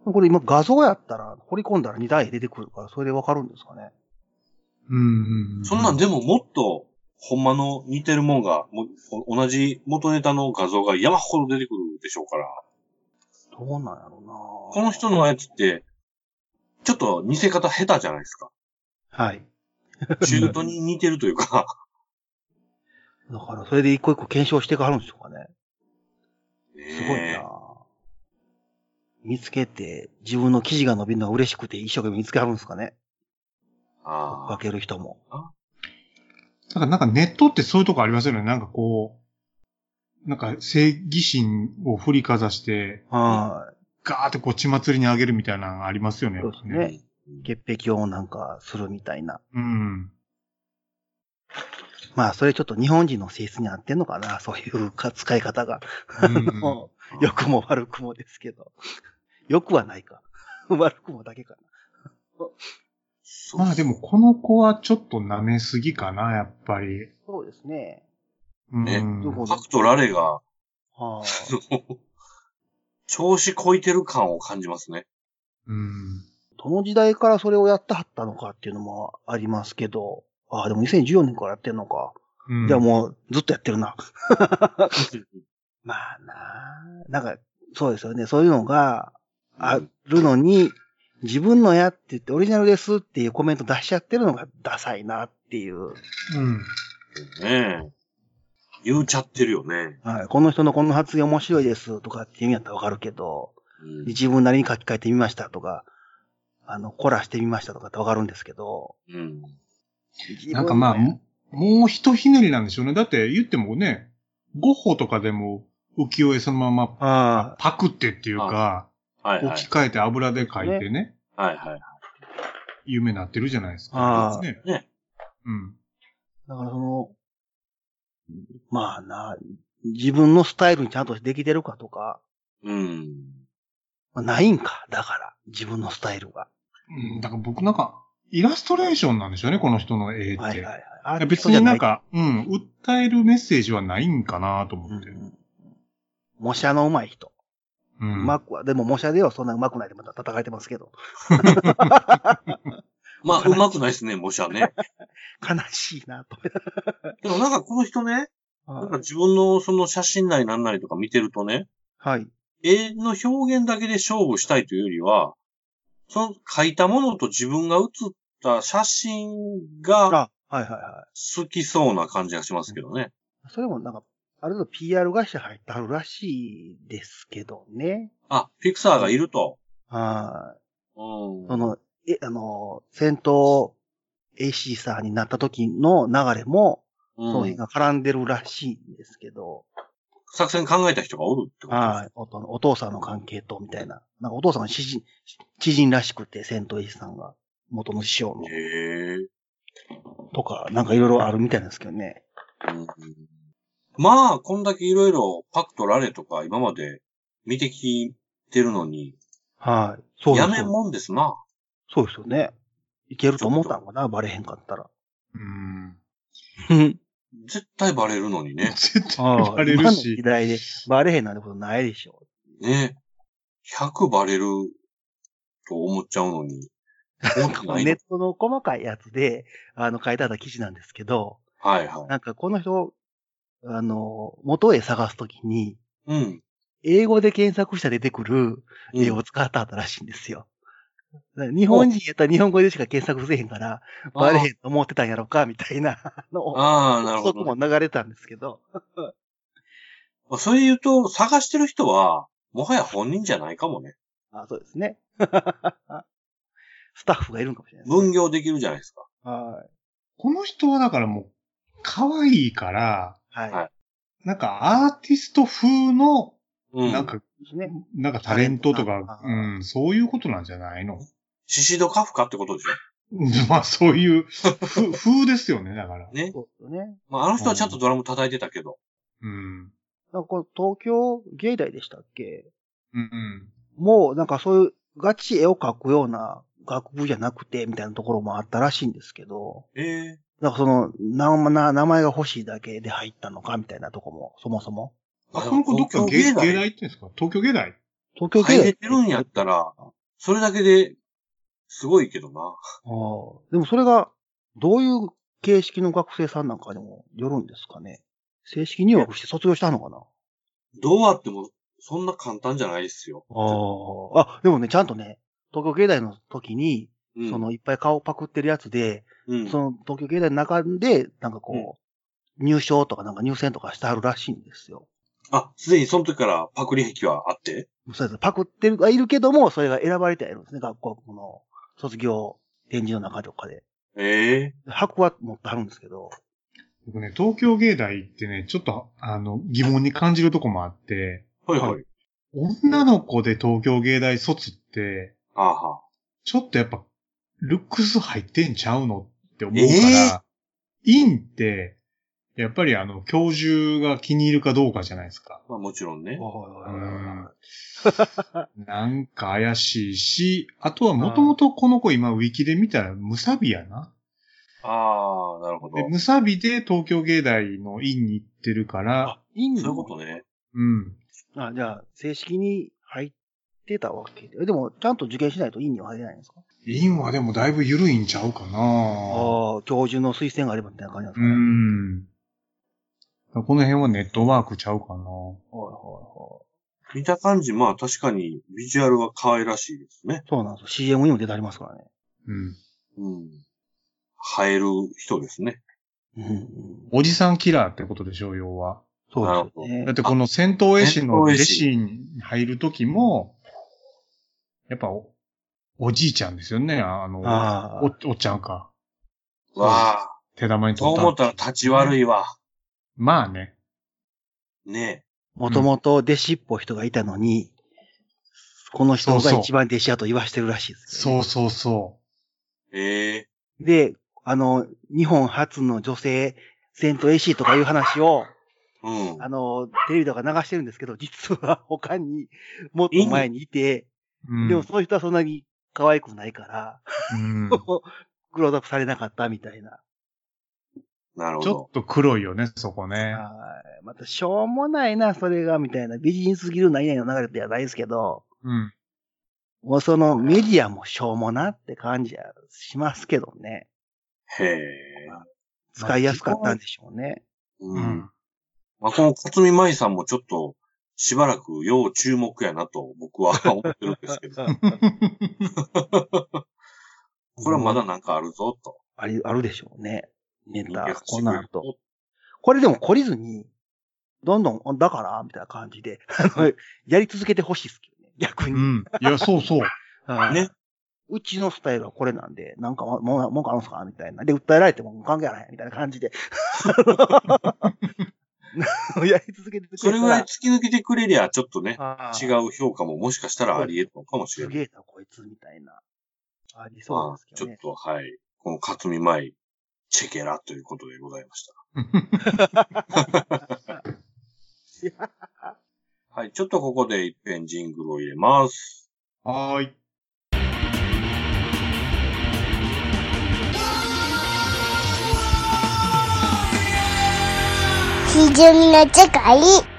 Speaker 3: これ今画像やったら、掘り込んだら2台出てくるから、それでわかるんですかね。
Speaker 2: うんうん。う
Speaker 1: そんなんでももっと、ほんまの似てるもんが、もお同じ元ネタの画像が山ほど出てくるでしょうから。
Speaker 3: どうなんやろうな
Speaker 1: この人のやつって、ちょっと似せ方下手じゃないですか。
Speaker 3: はい。
Speaker 1: 中途に似てるというか、
Speaker 3: だから、それで一個一個検証していかはるんでしょうかね。すごい
Speaker 1: ねえ
Speaker 3: な見つけて、自分の記事が伸びるのが嬉しくて、一生懸命見つけはるんですかね。
Speaker 1: あ
Speaker 3: 分
Speaker 1: あ
Speaker 3: ける人も。
Speaker 2: だからなんかネットってそういうとこありますよね。なんかこう、なんか正義心を振りかざして、
Speaker 3: は
Speaker 2: ガーってこう血祭りにあげるみたいなのありますよね。
Speaker 3: そうですね
Speaker 2: やっぱ
Speaker 3: い。潔癖をなんかするみたいな。
Speaker 2: うん。
Speaker 3: まあ、それちょっと日本人の性質に合ってんのかな。 そういうか使い方が。
Speaker 2: うん
Speaker 3: もう良くも悪くもですけど。 良くはないか。 悪くもだけか
Speaker 1: そう
Speaker 2: まあでもこの子はちょっと舐めすぎかな、やっぱり。
Speaker 3: な。そうですね。
Speaker 2: うん。
Speaker 1: ね
Speaker 3: ど
Speaker 1: パクとラレが、
Speaker 3: はあ、
Speaker 1: 調子こいてる感を感じますね。
Speaker 2: うん。
Speaker 3: どの時代からそれをやってはったのかっていうのもありますけど。ああ、でも2014年からやってんのか。
Speaker 2: うん
Speaker 3: じゃあもうずっとやってるな。まあなあ。なんか、そうですよね。そういうのがあるのに、自分のやって言ってオリジナルですっていうコメント出しちゃってるのがダサいなっていう。
Speaker 2: うん。
Speaker 1: ねえ。言うちゃってるよね。
Speaker 3: はい。この人のこの発言面白いですとかっていうんやったらわかるけど、
Speaker 1: うん
Speaker 3: 自分なりに書き換えてみましたとか、あの、凝らしてみましたとかってわかるんですけど、
Speaker 1: うん。
Speaker 2: なんかまあ、
Speaker 3: 自
Speaker 2: ももう一ひねりなんでしょうね。だって言ってもね、ゴッホとかでも浮世絵そのまま
Speaker 3: 分のあ
Speaker 2: パクってっていうか、
Speaker 1: はいはい
Speaker 2: 置き換えて油で描いてね、
Speaker 1: はいはい。
Speaker 2: 有名になってるじゃないですか。
Speaker 3: ああ
Speaker 2: ね。
Speaker 1: ね
Speaker 2: うん。
Speaker 3: あ、だからその、まあな、自分のスタイルにちゃんとできてるかとか、
Speaker 1: うん。
Speaker 3: まあないんか。だから、自分のスタイルが。
Speaker 2: うんだから僕なんか、イラストレーションなんでしょうね、この人の絵って。
Speaker 3: はいはいはいあ
Speaker 2: いや。別になんか、うん、訴えるメッセージはないんかなと
Speaker 3: う
Speaker 2: 思
Speaker 3: ん
Speaker 2: って。
Speaker 3: 模写の上手い人。
Speaker 2: うん。
Speaker 3: うまくは、でも模写ではそんな上手くないでまた戦えてますけど。
Speaker 1: ま あ、うまくないですね、模写ね。
Speaker 3: 悲しいなと。
Speaker 1: でもなんかこの人ね、なん か
Speaker 3: は
Speaker 1: 自分のその写真なりなんなりとか見てるとね、
Speaker 3: い。
Speaker 1: 絵の表現だけで勝負したいというよりは、その書いたものと自分が写った写真が
Speaker 3: あ、はいはいは
Speaker 1: 好きそうな感じがしますけどね。
Speaker 3: い。それもなんか、ある程度 PR 会社入ってはるらしいですけどね。
Speaker 1: あ、ピクサーがいると。
Speaker 3: は
Speaker 1: う
Speaker 3: い。
Speaker 1: ん。
Speaker 3: その、え、あの、戦闘 AC さんになった時の流れも、その
Speaker 1: う
Speaker 3: 辺
Speaker 1: ん、
Speaker 3: が絡んでるらしいんですけど。
Speaker 1: 作戦考えた人がおるってことです
Speaker 3: はい。おとお父さんの関係と、みたいな。なんかお父さんの知人、知人らしくて、戦闘医師さんが、元の師匠の。
Speaker 1: へえ。
Speaker 3: とか、なんかいろいろあるみたいなんですけどね。
Speaker 1: うんまあ、こんだけいろいろパクとラレとか今まで見てきてるのに、
Speaker 3: はい。そうで
Speaker 1: や
Speaker 3: す
Speaker 1: めんもんですな。
Speaker 3: そうですよね。いけると思ったんかな、バレへんかった ら。
Speaker 2: うん。
Speaker 1: 絶対バレるのにね。
Speaker 2: 絶対
Speaker 3: ああ
Speaker 2: バレ
Speaker 3: 今
Speaker 2: る
Speaker 3: の
Speaker 2: し
Speaker 3: 時。代でバレへんなんてことないでしょ。
Speaker 1: ね。100バレると思っちゃうのに。思って ない
Speaker 3: ネ
Speaker 1: の
Speaker 3: ットの細かいやつで、あの、書いてあった記事なんですけど、
Speaker 1: はいは
Speaker 3: なんかこの人、あの、元へ探すときに、
Speaker 1: い。うん。
Speaker 3: 英語で検索したら出てくる、
Speaker 1: うん
Speaker 3: 英語を使ったったらしいんですよ。だから日本人やったら日本語でしか検索せえへんから、バレへんと思ってたんやろか、みたいなのを、
Speaker 1: ああ、なるほ
Speaker 3: そこも
Speaker 1: ど。
Speaker 3: 流れたんですけど。
Speaker 1: それ言うと、探してる人は、もはや本人じゃないかもね。
Speaker 3: あそうですね。 スタッフがいるんかもしれないです。
Speaker 1: 分業できるじゃないですか。
Speaker 3: はい。
Speaker 2: この人はだからもう、可愛いから、
Speaker 3: はい。
Speaker 1: はい
Speaker 2: なんかアーティスト風の、
Speaker 1: うん。
Speaker 2: なんか、
Speaker 3: ですね。
Speaker 2: なんかタレントとか、
Speaker 3: う
Speaker 2: うんん、そういうことなんじゃないの
Speaker 1: シシドカフカってことでしょ
Speaker 2: まあそういう、 ふ風ですよね、だから。
Speaker 1: ね。
Speaker 3: そうですよね。
Speaker 1: まあ、あの人はちゃんとドラム叩いてたけど。
Speaker 2: うん。
Speaker 3: なんかこの東京芸大でしたっけ
Speaker 2: うんうん。
Speaker 3: もうなんかそういうガチ絵を描くような学部じゃなくて、みたいなところもあったらしいんですけど。
Speaker 1: ええ
Speaker 3: なんかその、な、な、名前が欲しいだけで入ったのかみたいなとこも、そもそも。
Speaker 2: あ、この子どっか芸芸大って言うんですか東京芸大
Speaker 3: 東京
Speaker 1: 入
Speaker 3: 芸
Speaker 1: れてるんやったら、それだけで、すごいけどな。
Speaker 3: ああでもそれが、どういう形式の学生さんなんかにもよるんですかね。正式入学して卒業したのかな
Speaker 1: どうあっても、そんな簡単じゃないですよ。
Speaker 3: ああ。あ、でもね、ちゃんとね、東京芸大の時に、
Speaker 1: うん、
Speaker 3: その、いっぱい顔パクってるやつで、
Speaker 1: うん、
Speaker 3: その東京芸大の中で、なんかこう、入賞とかなんか入選とかしてはるらしいんですよ。
Speaker 1: あ、すでにその時からパクリ癖はあって
Speaker 3: そうです。パクってるはいるけども、それが選ばれてはいるんですね。学校の卒業展示の中とかで。
Speaker 1: ええ
Speaker 3: 箱は持ってはるんですけど。
Speaker 2: 僕ね、東京芸大ってね、ちょっと、あの、疑問に感じるとこもあって、
Speaker 1: はいはい。
Speaker 2: はい女の子で東京芸大卒って、
Speaker 1: はあはあ。
Speaker 2: ちょっとやっぱ、ルックス入ってんちゃうのって思うから、インって、やっぱりあの、教授が気に入るかどうかじゃないですか。
Speaker 1: まあもちろんね。
Speaker 2: うんなんか怪しいし、あとはもともとこの子今ウィキで見たらムサビやな。
Speaker 1: ああ、なるほど
Speaker 2: で、。ムサビで東京芸大の院に行ってるから、
Speaker 3: いいん
Speaker 1: そう
Speaker 3: だ
Speaker 1: いうことね。
Speaker 2: うん。
Speaker 3: あ、じゃあ、正式に入ってたわけで。でも、ちゃんと受験しないと院には入れないんですか
Speaker 2: 院はでもだいぶ緩いんちゃうか
Speaker 3: あ
Speaker 2: な
Speaker 3: あ、教授の推薦があればみたいな感じなん
Speaker 2: う
Speaker 3: ですかね。はい
Speaker 2: ん。この辺はネットワークちゃうかな
Speaker 3: はいはい。
Speaker 1: 見た感じ、まあ確かにビジュアルは可愛らしいですね。
Speaker 3: そうなんですよ。CM にも出てありますからね。
Speaker 2: うん。
Speaker 1: うん。映える人ですね。
Speaker 3: うんうん。
Speaker 2: おじさんキラーってことでしょう、要は。
Speaker 3: そうですよね
Speaker 2: だっ。てこの戦闘絵師の
Speaker 1: 戦闘絵
Speaker 2: 弟
Speaker 1: 師
Speaker 2: 子に入るときも、やっぱお、おじいちゃんですよね。あの、
Speaker 3: ああ。
Speaker 2: お、おっちゃんか。
Speaker 1: わあ、
Speaker 2: 手玉に
Speaker 1: そう
Speaker 2: 取
Speaker 1: 思っ
Speaker 2: った。
Speaker 1: たら立ち悪いわ。
Speaker 2: まあね。
Speaker 1: ね
Speaker 3: もともと弟子っぽい人がいたのに、この人
Speaker 2: そう
Speaker 3: が
Speaker 2: そう
Speaker 3: 一番弟子やと言わしてるらしいですよね、
Speaker 2: そうそうそ
Speaker 1: え。ええ
Speaker 3: で、あの、日本初の女性戦闘 AC とかいう話を、
Speaker 1: うん。
Speaker 3: あの、テレビとか流してるんですけど、実は他にもっと前にいて、
Speaker 2: う。うん、
Speaker 3: でもその人はそんなに可愛くないから、
Speaker 2: うん、
Speaker 3: クローズアップされなかったみたいな。
Speaker 1: なるほ
Speaker 2: ちょ
Speaker 1: ど
Speaker 2: っ。と黒いよね、そこね。
Speaker 3: はいまた、しょうもないな、それが、みたいな。美人すぎる何々の流れではないですけど、
Speaker 2: うん。
Speaker 3: もうそのメディアもしょうもなって感じはしますけどね。
Speaker 1: へえ。
Speaker 3: 使いやすかったんでしょうね。
Speaker 1: う
Speaker 2: うんん。
Speaker 1: まあ、この勝見舞さんもちょっと、しばらく要注目やなと僕は思ってるんですけど、 これはまだなんかあるぞと。
Speaker 3: あり、あるでしょうね。ネタ
Speaker 1: 人間、
Speaker 3: この後。これでも懲りずに、どんどん、だからみたいな感じで、あの、やり続けてほしいですけどね。逆
Speaker 2: う
Speaker 3: に。
Speaker 2: ん。いや、そう そう。
Speaker 3: はい
Speaker 1: ね。
Speaker 3: うちのスタイルはこれなんで、なんかも、もう、文句あるんすかみたいな。で、訴えられても関係ないみたいな感 じで。やり続けてくれた
Speaker 1: そ
Speaker 3: ら
Speaker 1: れぐらい突き抜けてくれりゃ、ちょっとね、
Speaker 3: あー
Speaker 1: 違う評価ももしかしたらあり得るのかもしれ
Speaker 3: す
Speaker 1: ない。
Speaker 3: げえな、こいつ、みたいな。ありそう
Speaker 1: ま
Speaker 3: で
Speaker 1: あ
Speaker 3: す、け
Speaker 1: ち
Speaker 3: ど
Speaker 1: ょっ
Speaker 3: ね。
Speaker 1: と、はい。この勝見舞チェケラということでございました。はい、ちょっとここで一遍ジングルを入れます。
Speaker 2: はーい。
Speaker 4: ひじゅみの世界。